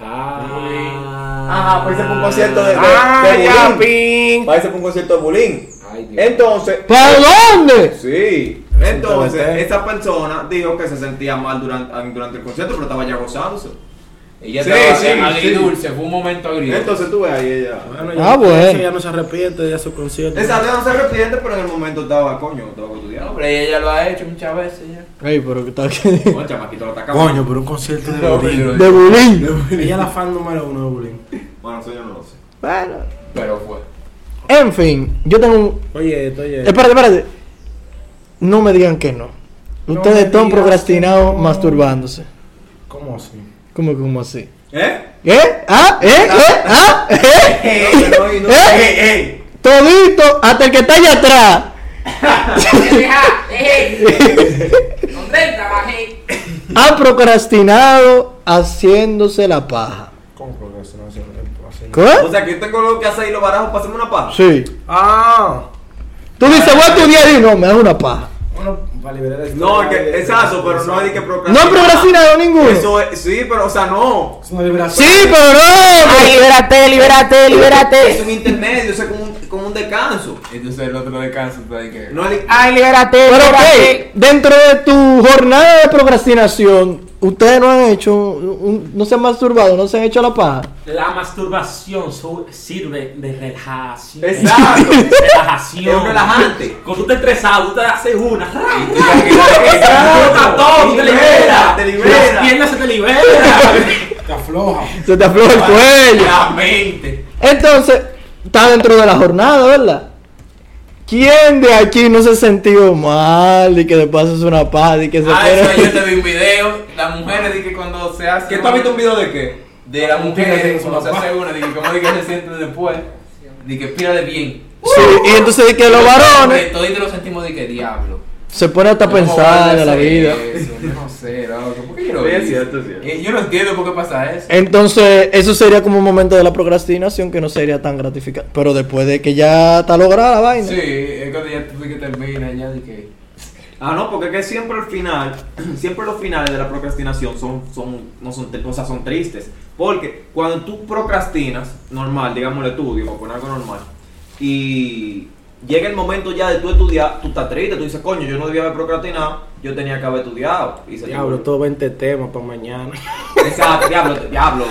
Speaker 2: Ah,
Speaker 4: Ajá, pues ese fue un concierto de, de,
Speaker 5: Ah,
Speaker 4: de
Speaker 5: ya,
Speaker 4: Bulín.
Speaker 5: pin.
Speaker 4: Parece fue un concierto de Bulín.
Speaker 2: Ay, Dios.
Speaker 4: Entonces,
Speaker 1: ¿Para dónde?
Speaker 4: sí.
Speaker 5: Exactamente.
Speaker 4: Entonces, esta persona dijo que se sentía mal durante, durante el concierto, pero estaba ya gozándose.
Speaker 2: Ella
Speaker 4: Sí,
Speaker 2: estaba
Speaker 4: sí,
Speaker 2: en
Speaker 4: sí.
Speaker 2: agridulce, fue un momento agridulce.
Speaker 4: Entonces tú ves ahí ella.
Speaker 5: Bueno,
Speaker 1: Ah,
Speaker 5: ya,
Speaker 1: bueno.
Speaker 5: Ella no se arrepiente de su concierto.
Speaker 4: Exacto, no se arrepiente, pero en el momento estaba, coño, estaba
Speaker 2: No, (laughs)
Speaker 4: estudiando.
Speaker 2: hombre, ella ya lo ha hecho muchas veces ya.
Speaker 1: Ey, pero que está (laughs)
Speaker 4: Bueno, el chamaquito lo atacamos.
Speaker 5: Coño, pero un concierto de
Speaker 2: No,
Speaker 5: Bulín.
Speaker 2: pero-
Speaker 1: De bullying.
Speaker 5: Ella es la fan número uno de Bulín.
Speaker 4: Bueno, eso yo no lo sé.
Speaker 1: Bueno.
Speaker 2: Pero fue.
Speaker 1: En fin, yo tengo un...
Speaker 5: Oye, esto, oye.
Speaker 1: Espérate, espérate. No me digan que no.
Speaker 5: No
Speaker 1: Ustedes
Speaker 5: me
Speaker 1: están
Speaker 5: digas
Speaker 1: procrastinados
Speaker 5: que no.
Speaker 1: masturbándose.
Speaker 5: ¿Cómo así?
Speaker 1: ¿Cómo que como así?
Speaker 4: ¿Eh?
Speaker 1: ¿Eh? ¿Ah? (laughs) ¿Eh? ¿Eh? ¿Ah? ¿Eh? (laughs)
Speaker 4: No, no, no.
Speaker 1: ¿Eh?
Speaker 4: ey!
Speaker 1: Todito, hasta el que está allá atrás. Ha procrastinado haciéndose la paja.
Speaker 5: ¿Cómo procrastinación? Así.
Speaker 4: O
Speaker 1: ¿Qué?
Speaker 4: sea, que yo tengo lo que hacer y lo barajo para hacerme una paja.
Speaker 1: Sí.
Speaker 5: Ah,
Speaker 1: Tú dices, voy a estudiar y no, me das una paja.
Speaker 5: bueno, para liberar el
Speaker 4: No, es que es eso, pero no hay que
Speaker 1: No
Speaker 4: procrastinar.
Speaker 1: he procrastinado ninguno.
Speaker 4: Eso es, sí, pero, o sea, no.
Speaker 5: Es una liberación.
Speaker 1: Sí, pero no. porque-
Speaker 6: libérate, libérate,
Speaker 4: Es
Speaker 6: libérate.
Speaker 4: un intermedio, o sea, como un, como un descanso.
Speaker 2: Entonces el otro descanso está de que.
Speaker 4: No hay
Speaker 6: Ay, libérate,
Speaker 1: Pero
Speaker 6: libérate.
Speaker 1: ok, dentro de tu jornada de procrastinación, ustedes no han hecho, un- no se han masturbado, no se han hecho la paja.
Speaker 7: La masturbación su- sirve de relajación.
Speaker 4: Exacto.
Speaker 7: (laughs) Relajación.
Speaker 4: Es
Speaker 5: (laughs)
Speaker 4: un relajante.
Speaker 7: Cuando tú te estresado, tú te haces una. ¡ra!
Speaker 4: Exacto.
Speaker 7: Explota todo,
Speaker 4: Te
Speaker 7: te
Speaker 4: libera,
Speaker 7: libera.
Speaker 4: te libera.
Speaker 7: Las piernas se te liberan.
Speaker 5: Te afloja.
Speaker 1: Se te afloja el cuello.
Speaker 2: La mente.
Speaker 1: Entonces, está dentro de la jornada, ¿verdad? ¿Quién de aquí no se ha sentido mal y que de paso es una paja y que se
Speaker 2: Ah, eso yo
Speaker 1: pone-
Speaker 2: te vi un video. Las mujeres de que cuando se hace.
Speaker 4: ¿Qué tú has visto un video de qué?
Speaker 2: De las mujeres
Speaker 5: Mujeres
Speaker 2: cuando se
Speaker 5: haciendo
Speaker 2: hace una, de que cómo de que se sienten después. De que pírale bien.
Speaker 1: Sí, y entonces de que los varones
Speaker 2: Todos lo sentimos de que diablo.
Speaker 1: se pone hasta a
Speaker 2: ¿Cómo
Speaker 1: pensar
Speaker 2: van a
Speaker 1: de la
Speaker 2: hacer
Speaker 1: vida.
Speaker 2: eso? Yo no sé, loco. ¿Por qué yo lo
Speaker 4: Sí, es
Speaker 2: hice?
Speaker 4: cierto, es cierto.
Speaker 2: Eh, Yo no entiendo por qué pasa eso.
Speaker 1: Entonces, eso sería como un momento de la procrastinación que no sería tan gratificante. Pero después de que ya está lograda la vaina.
Speaker 2: Sí, es cuando ya tú que termina ya de que.
Speaker 4: Ah, no, porque es que siempre al final, siempre los finales de la procrastinación son, son, no son, tri- o sea, son tristes. Porque cuando tú procrastinas, normal, digamos el estudio, para poner algo normal, y llega el momento ya de tú estudiar, tú estás triste, tú dices, coño, yo no debía haber procrastinado, yo tenía que haber estudiado. Y se te
Speaker 5: Diablo, todo 20 temas para mañana.
Speaker 4: Exacto, diablo, diablo.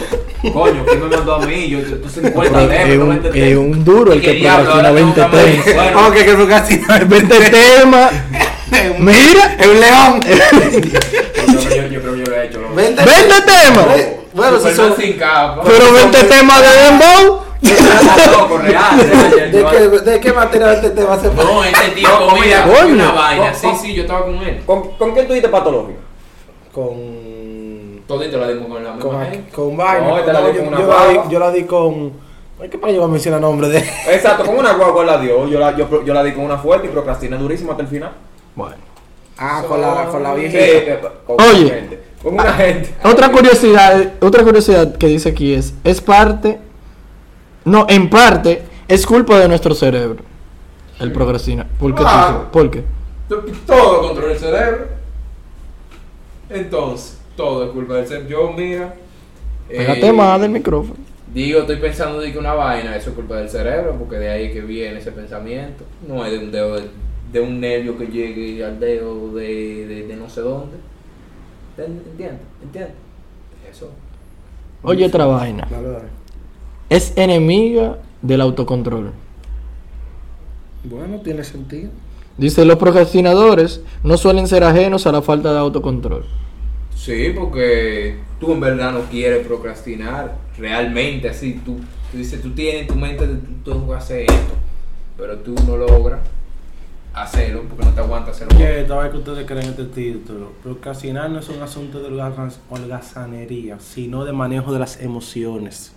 Speaker 4: Coño, ¿quién me mandó a mí? Yo, yo, tú 50 temas,
Speaker 1: Es
Speaker 4: no
Speaker 1: un,
Speaker 4: 20
Speaker 1: es
Speaker 4: temas.
Speaker 1: un duro el
Speaker 4: ¿Qué
Speaker 1: que
Speaker 4: diablo?
Speaker 1: procrastina
Speaker 4: Ahora tengo
Speaker 1: 20
Speaker 4: una
Speaker 1: temas.
Speaker 4: vez. Bueno,
Speaker 3: Ok, que
Speaker 5: (laughs)
Speaker 3: procrastina. es
Speaker 1: 20 temas. Mira,
Speaker 3: un león.
Speaker 4: yo, yo- yo creo que yo lo he hecho. loco.
Speaker 3: 20
Speaker 1: 20 temas.
Speaker 3: Bueno, si
Speaker 2: Superman
Speaker 3: son.
Speaker 2: sin capa.
Speaker 1: Pero 20 temas de Dembow.
Speaker 4: Está loco, real,
Speaker 3: ¿De
Speaker 4: real, yo-
Speaker 3: qué, de qué material te, te vas a hacer?
Speaker 2: No, este tío
Speaker 4: No,
Speaker 2: comía
Speaker 1: coño. Oh,
Speaker 2: una vaina. Sí,
Speaker 4: No, no.
Speaker 2: sí, yo estaba con él.
Speaker 4: ¿Con, ¿Con qué tuviste patológico?
Speaker 5: Con.
Speaker 2: Todito la dimos con la
Speaker 5: Con,
Speaker 2: misma
Speaker 5: aquí-
Speaker 2: gente.
Speaker 5: con vaina.
Speaker 2: eh. No, esta la
Speaker 5: No,
Speaker 2: di
Speaker 5: yo,
Speaker 2: con una
Speaker 5: yo la
Speaker 2: guagua.
Speaker 5: di, yo la di con. ¿Por qué para llevar a mencionar nombre de.?
Speaker 4: Exacto, con una guagua la dio. Yo la, yo, yo la di con una fuerte y procrastiné durísimo hasta el final.
Speaker 5: Ah, con la, con la
Speaker 4: Sí,
Speaker 5: viejita.
Speaker 4: eh, con
Speaker 1: Oye.
Speaker 4: una gente. Con una gente.
Speaker 1: Otra curiosidad, otra curiosidad que dice aquí es, es parte, no, en parte, es culpa de nuestro cerebro. El procrastina. ¿Por qué? tú
Speaker 2: Claro.
Speaker 1: dices? ¿Por qué?
Speaker 2: Todo controla el cerebro. Entonces, todo es culpa del cerebro. Yo, mira. eh,
Speaker 1: Pégate más del micrófono.
Speaker 2: Digo, estoy pensando de que una vaina, eso es culpa del cerebro, porque de ahí es que viene ese pensamiento. No es de un dedo, de, de un nervio que llegue al dedo de, de, de no sé dónde. ¿Entiendes? ¿Entiendes? Eso.
Speaker 1: Oye, otra vaina.
Speaker 5: Dale, dale.
Speaker 1: Es enemiga del autocontrol.
Speaker 5: Bueno, tiene sentido.
Speaker 1: Dice, los procrastinadores no suelen ser ajenos a la falta de autocontrol.
Speaker 2: Sí, porque tú en verdad no quieres procrastinar realmente así. Tú, tú dices, tú tienes en tu mente, tú tengo que hacer esto, pero tú no logras hacerlo porque no te aguantas hacerlo.
Speaker 5: Que tal vez que ustedes creen este título. Procrastinar no es un asunto de holgaz- holgazanería, sino de manejo de las emociones.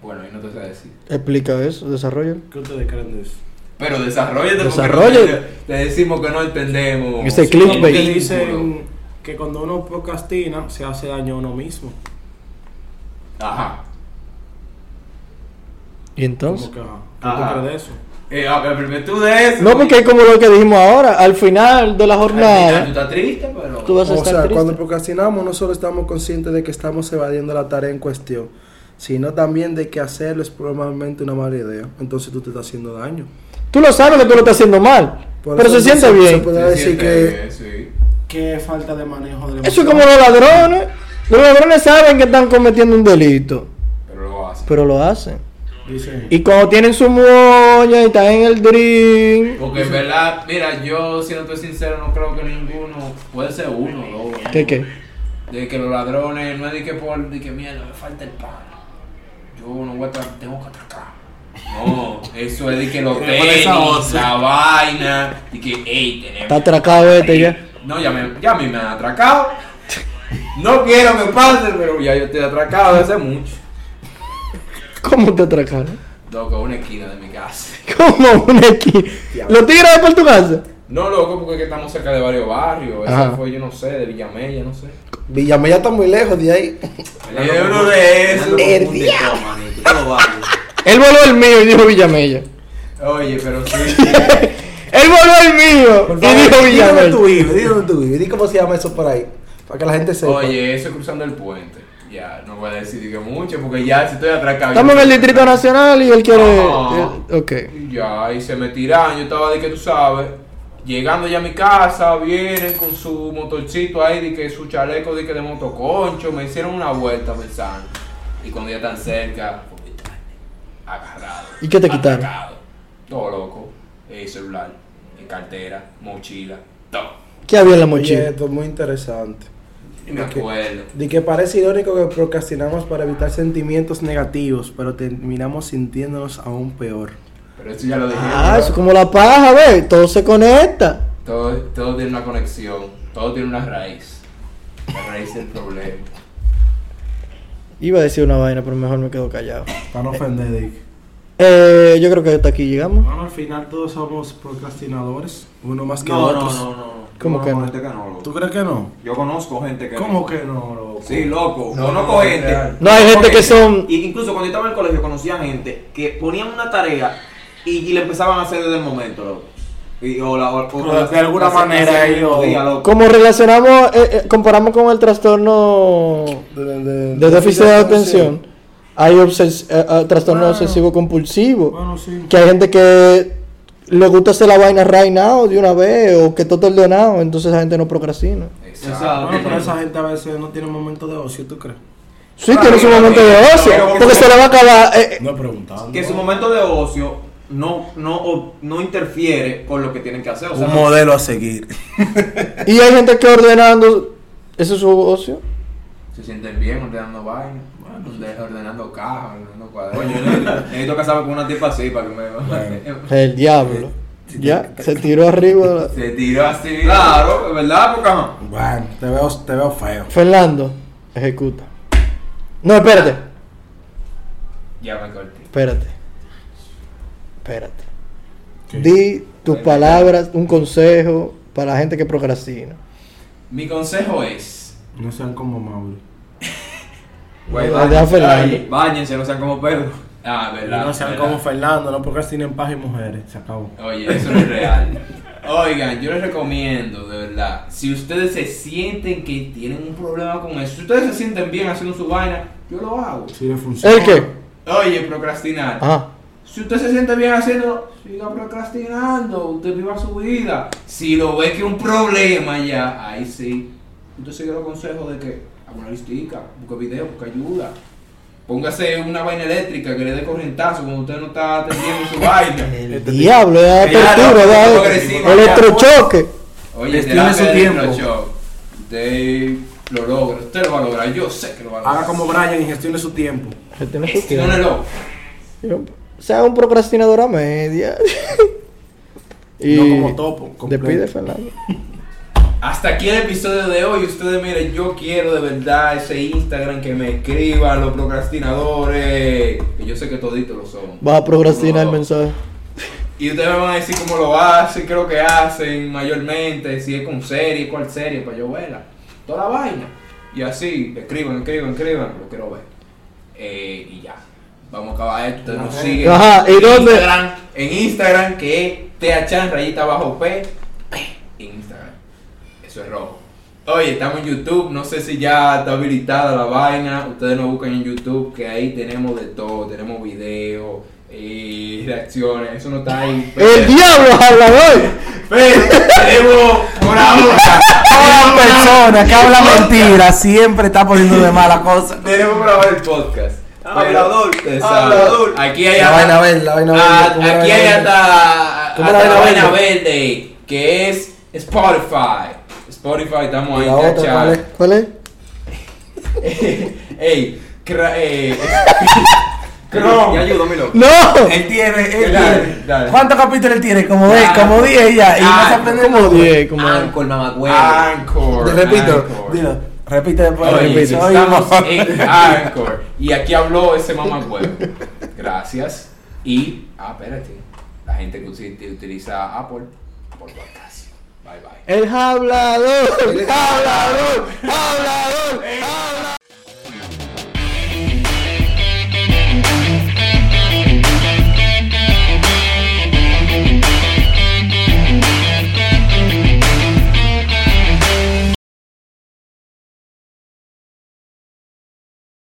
Speaker 2: Bueno, ahí no te sé decir.
Speaker 1: Explica eso, desarrolla.
Speaker 5: ¿Qué ustedes creen de eso?
Speaker 2: Pero desarrollate porque
Speaker 1: Desarrolle.
Speaker 2: no te- Te decimos que no entendemos.
Speaker 1: Ese
Speaker 2: Sí,
Speaker 1: clickbait.
Speaker 2: no te
Speaker 5: Porque
Speaker 2: vínculo.
Speaker 5: dicen que cuando uno procrastina se hace daño a uno mismo.
Speaker 2: Ajá.
Speaker 1: ¿Y entonces?
Speaker 5: Como que, ajá, ¿qué
Speaker 2: Ajá.
Speaker 5: tú crees de eso?
Speaker 2: Eh, a ver, pero tú de eso.
Speaker 1: No, porque es como lo que dijimos ahora, al final de la
Speaker 2: Al final Tú
Speaker 1: jornada,
Speaker 2: estás triste, pero.
Speaker 1: tú vas a
Speaker 3: O
Speaker 1: estar
Speaker 3: sea,
Speaker 1: triste.
Speaker 3: cuando procrastinamos no solo estamos conscientes de que estamos evadiendo la tarea en cuestión, sino también de que hacerlo es probablemente una mala idea. Entonces tú te estás haciendo daño.
Speaker 1: Tú lo sabes que tú lo estás haciendo mal,
Speaker 3: Por
Speaker 1: pero
Speaker 3: eso
Speaker 1: se
Speaker 3: no
Speaker 1: siente
Speaker 3: se-
Speaker 1: bien.
Speaker 3: se puede-
Speaker 2: Te
Speaker 3: decir
Speaker 2: sientes bien, sí.
Speaker 5: ¿Qué falta de manejo de la
Speaker 1: Eso
Speaker 5: emoción?
Speaker 1: es como los ladrones. Los ladrones saben que están cometiendo un delito,
Speaker 2: Pero lo haces.
Speaker 1: pero lo hacen.
Speaker 5: Dicen,
Speaker 1: Y cuando tienen su moña y están en el drink,
Speaker 2: Porque en verdad, mira, yo siendo sincero, no creo que ninguno, puede ser uno, dos, ¿no?
Speaker 1: ¿qué qué?
Speaker 2: De que los ladrones, no es de que por, de que mierda, me falta el pan. Yo no voy a tra- tengo que atracar. No, eso es de que los tenis, la vaina, de que, ey, tenemos.
Speaker 1: Está atracado este ya.
Speaker 2: No, ya, me, ya a mí me han atracado. No quiero que pase, pero ya yo estoy atracado desde hace mucho.
Speaker 1: ¿Cómo te atracaron?
Speaker 2: Loco, una esquina de mi casa.
Speaker 1: (laughs) ¿Cómo un aquí? ¿Lo tiras de por tu casa?
Speaker 2: No, loco, porque es que estamos cerca de varios barrios. Esa
Speaker 1: Ajá.
Speaker 2: fue, yo no sé, de Villamella, no sé.
Speaker 3: Villamella está muy lejos de ahí.
Speaker 2: Es uno de esos.
Speaker 1: Él voló el mío y dijo Villamella.
Speaker 2: Oye, pero sí.
Speaker 1: (laughs) Él voló el
Speaker 3: (laughs)
Speaker 1: mío y dijo
Speaker 3: Dí dónde tú
Speaker 1: Villamella.
Speaker 3: vives, dí dónde tú vives, di cómo se llama eso por ahí, para que la gente sepa.
Speaker 2: Oye, eso es cruzando el puente. Ya, no voy a decir que mucho, porque ya si estoy atracado. yo
Speaker 1: Estamos en el
Speaker 2: estoy
Speaker 1: Distrito
Speaker 2: atracado.
Speaker 1: Nacional y él quiere...
Speaker 2: No.
Speaker 1: eh, Ok.
Speaker 2: Ya, y se me tiran. Yo estaba de que tú sabes. Llegando ya a mi casa, vienen con su motorcito ahí, de que su chaleco de que de motoconcho. Me hicieron una vuelta pensando. Y cuando ya están cerca, vomitar. agarrado.
Speaker 1: ¿Y qué te quitaron?
Speaker 2: atracado. Todo loco. Eh, celular, eh, cartera, mochila, todo.
Speaker 1: ¿Qué había en la
Speaker 3: Oye,
Speaker 1: mochila?
Speaker 3: esto es muy interesante.
Speaker 2: Y me acuerdo.
Speaker 3: De que parece irónico que procrastinamos para evitar sentimientos negativos, pero terminamos sintiéndonos aún peor.
Speaker 2: Pero eso ya lo dije.
Speaker 1: Ah, eso es como la paja, ve, todo se conecta.
Speaker 2: Todo, todo tiene una conexión, todo tiene una raíz. La raíz del problema.
Speaker 1: Iba a decir una vaina, pero mejor me quedo callado.
Speaker 5: para no ofender, Dick.
Speaker 1: Eh, yo creo que hasta aquí llegamos.
Speaker 5: Bueno, al final todos somos procrastinadores.
Speaker 3: Uno más que
Speaker 4: No, no,
Speaker 3: otros.
Speaker 4: no, no.
Speaker 1: ¿Cómo que no?
Speaker 4: gente que no,
Speaker 5: ¿Tú
Speaker 4: loco.
Speaker 5: crees que no?
Speaker 4: Yo conozco gente que
Speaker 5: ¿Cómo que no, loco?
Speaker 4: Sí, loco.
Speaker 2: No,
Speaker 4: conozco
Speaker 2: no,
Speaker 4: gente.
Speaker 2: real.
Speaker 1: No, hay gente que son-
Speaker 4: Y incluso cuando yo estaba en el colegio conocía gente que ponían una tarea y, y le empezaban a hacer desde el momento, loco. Y, o la, o- o-
Speaker 5: Pero
Speaker 4: la-
Speaker 5: de alguna
Speaker 4: la- la-
Speaker 5: manera
Speaker 4: la- la-
Speaker 5: ellos-
Speaker 4: la- loco.
Speaker 1: Como relacionamos, eh, eh, comparamos con el trastorno
Speaker 3: De,
Speaker 1: de déficit de atención, hay obses- eh, eh, trastorno
Speaker 3: Ah.
Speaker 5: Bueno.
Speaker 1: obsesivo compulsivo,
Speaker 5: Bueno, sí.
Speaker 1: que hay gente que le gusta hacer la vaina right now de una vez o que todo está ordenado, entonces la gente no procrastina.
Speaker 2: Exacto.
Speaker 5: Bueno, pero esa gente a veces no tiene un momento de ocio, ¿tú crees?
Speaker 1: Sí,
Speaker 3: Ah,
Speaker 4: Claro,
Speaker 1: tiene su
Speaker 4: claro,
Speaker 1: momento de
Speaker 4: claro,
Speaker 1: ocio,
Speaker 4: claro que
Speaker 1: porque
Speaker 4: sí.
Speaker 1: se le va a acabar.
Speaker 3: (laughs)
Speaker 1: eh, eh,
Speaker 5: No he preguntado.
Speaker 4: Que su momento de ocio no, no, o- no interfiere con lo que tienen que hacer. O sea,
Speaker 6: Un
Speaker 4: no-
Speaker 6: modelo a seguir.
Speaker 1: y hay gente que ordenando, ¿eso es su ocio?
Speaker 2: Se sienten bien ordenando vainas, orde- ordenando cajas, ordenando cuadernos.
Speaker 4: Coño, yo necesito- necesito casarme con una tipa así para que (laughs) me.
Speaker 1: El diablo. Ya, se tiró arriba. de la-
Speaker 2: Se tiró así.
Speaker 4: Claro, es verdad, porque ajá.
Speaker 5: Bueno, te veo, te veo feo.
Speaker 1: Fernando, ejecuta. No, espérate,
Speaker 2: Ya me corté.
Speaker 1: espérate. Espérate. Di tus palabras, un consejo para la gente que procrastina.
Speaker 2: Mi consejo es.
Speaker 5: No sean como Mauro.
Speaker 4: Güey,
Speaker 1: No, deja a Fernando.
Speaker 4: ay, Báñense, no sean como Pedro.
Speaker 2: Ah,
Speaker 5: Y
Speaker 2: verdad.
Speaker 5: no sean
Speaker 2: verdad.
Speaker 5: como Fernando, no procrastinen paz y mujeres. Se acabó.
Speaker 2: Oye, eso no es real. Oigan, yo les recomiendo, de verdad, si ustedes se sienten que tienen un problema con eso, si ustedes se sienten bien haciendo su vaina, yo lo hago.
Speaker 5: Si le funciona.
Speaker 1: ¿El qué? Ah,
Speaker 2: Oye, procrastinar.
Speaker 1: Ajá.
Speaker 2: Si usted se siente bien haciendo, siga procrastinando, usted viva su vida. Si lo ve que es un problema ya, ahí sí. Usted sigue los consejos de que haga una listica, busque videos, busque ayuda. Póngase una vaina eléctrica que le dé corrientazo cuando usted no está atendiendo su vaina.
Speaker 1: El diablo, da
Speaker 2: Claro,
Speaker 1: tortura,
Speaker 2: es
Speaker 1: da
Speaker 2: progresivo,
Speaker 1: electrochoque.
Speaker 2: Oye,
Speaker 5: Gestione
Speaker 2: terapia
Speaker 5: su
Speaker 2: de
Speaker 5: tiempo.
Speaker 2: electroshock. Usted lo logra, usted lo va a lograr, yo sé que lo va a lograr.
Speaker 5: Haga como Brian y gestione su tiempo.
Speaker 1: Gestione su tiempo.
Speaker 2: Gestiónelo.
Speaker 1: Sea un procrastinador a media. y
Speaker 5: (laughs) No como topo. completo.
Speaker 1: Despide, Fernando.
Speaker 2: Hasta aquí el episodio de hoy. Ustedes miren, yo quiero de verdad ese Instagram que me escriban los procrastinadores. Que yo sé que toditos lo son.
Speaker 1: Vas a procrastinar el
Speaker 2: No.
Speaker 1: mensaje.
Speaker 2: Y ustedes me van a decir cómo lo hacen, qué es lo que hacen mayormente, si es con serie, cuál serie, para yo verla. Toda la vaina. Y así, escriban, escriban, escriban, lo quiero ver. Eh, y ya. Vamos a acabar esto. Ustedes Nos siguen
Speaker 1: Ajá, ¿y
Speaker 2: en
Speaker 1: dónde?
Speaker 2: Instagram, en Instagram, que es THAN rayita bajo P. P, En Instagram. Eso es rojo. Oye, estamos en YouTube, no sé si ya está habilitada la vaina. Ustedes nos buscan en YouTube, que ahí tenemos de todo. Tenemos videos y reacciones. Eso no está
Speaker 6: (laughs)
Speaker 2: ahí.
Speaker 5: Pues
Speaker 1: El diablo habla hoy.
Speaker 2: Pero tenemos por ahora.
Speaker 6: Toda persona que habla mentira siempre está poniendo de mala cosa.
Speaker 2: Tenemos por ahora el podcast. Pero,
Speaker 4: Hablador,
Speaker 2: ustedes
Speaker 4: hablador.
Speaker 2: saben, Aquí hay
Speaker 6: La
Speaker 2: hasta-
Speaker 6: vaina verde, la vaina
Speaker 2: Ah,
Speaker 6: verde.
Speaker 2: aquí hay hasta,
Speaker 6: ¿Cómo
Speaker 2: hasta
Speaker 6: la
Speaker 2: la
Speaker 6: vaina
Speaker 2: vaina verde, que es Spotify. Spotify, estamos ahí,
Speaker 6: la otra, ¿cuál es?
Speaker 2: cachar.
Speaker 1: ¿Cuál es?
Speaker 2: Ey, cra- (laughs) eh,
Speaker 4: Y
Speaker 2: Chrome.
Speaker 4: ayúdame, loco.
Speaker 1: ¡No!
Speaker 6: Él tiene,
Speaker 2: eh,
Speaker 6: él
Speaker 2: Dale,
Speaker 6: tiene.
Speaker 2: dale.
Speaker 6: ¿Cuántos capítulos él tiene? Como
Speaker 2: Dale.
Speaker 6: 10, como 10 ya. Y
Speaker 2: Dale.
Speaker 6: vas a aprender
Speaker 1: Como 10, como
Speaker 5: Ah.
Speaker 4: Ancor, mamagüey.
Speaker 2: Anchor.
Speaker 6: Te repito,
Speaker 2: Anchor.
Speaker 6: dilo. Repite después.
Speaker 2: Oye,
Speaker 6: Repite. Soy un
Speaker 2: estamos
Speaker 6: mamá.
Speaker 2: en Anchor. Y aquí habló ese mamá huevo. Gracias. Y, ah, espérate. La gente que usi- utiliza Apple por podcast. Bye bye.
Speaker 6: ¡Ah,
Speaker 1: El hablador. Hablador. Hablador. Hablador.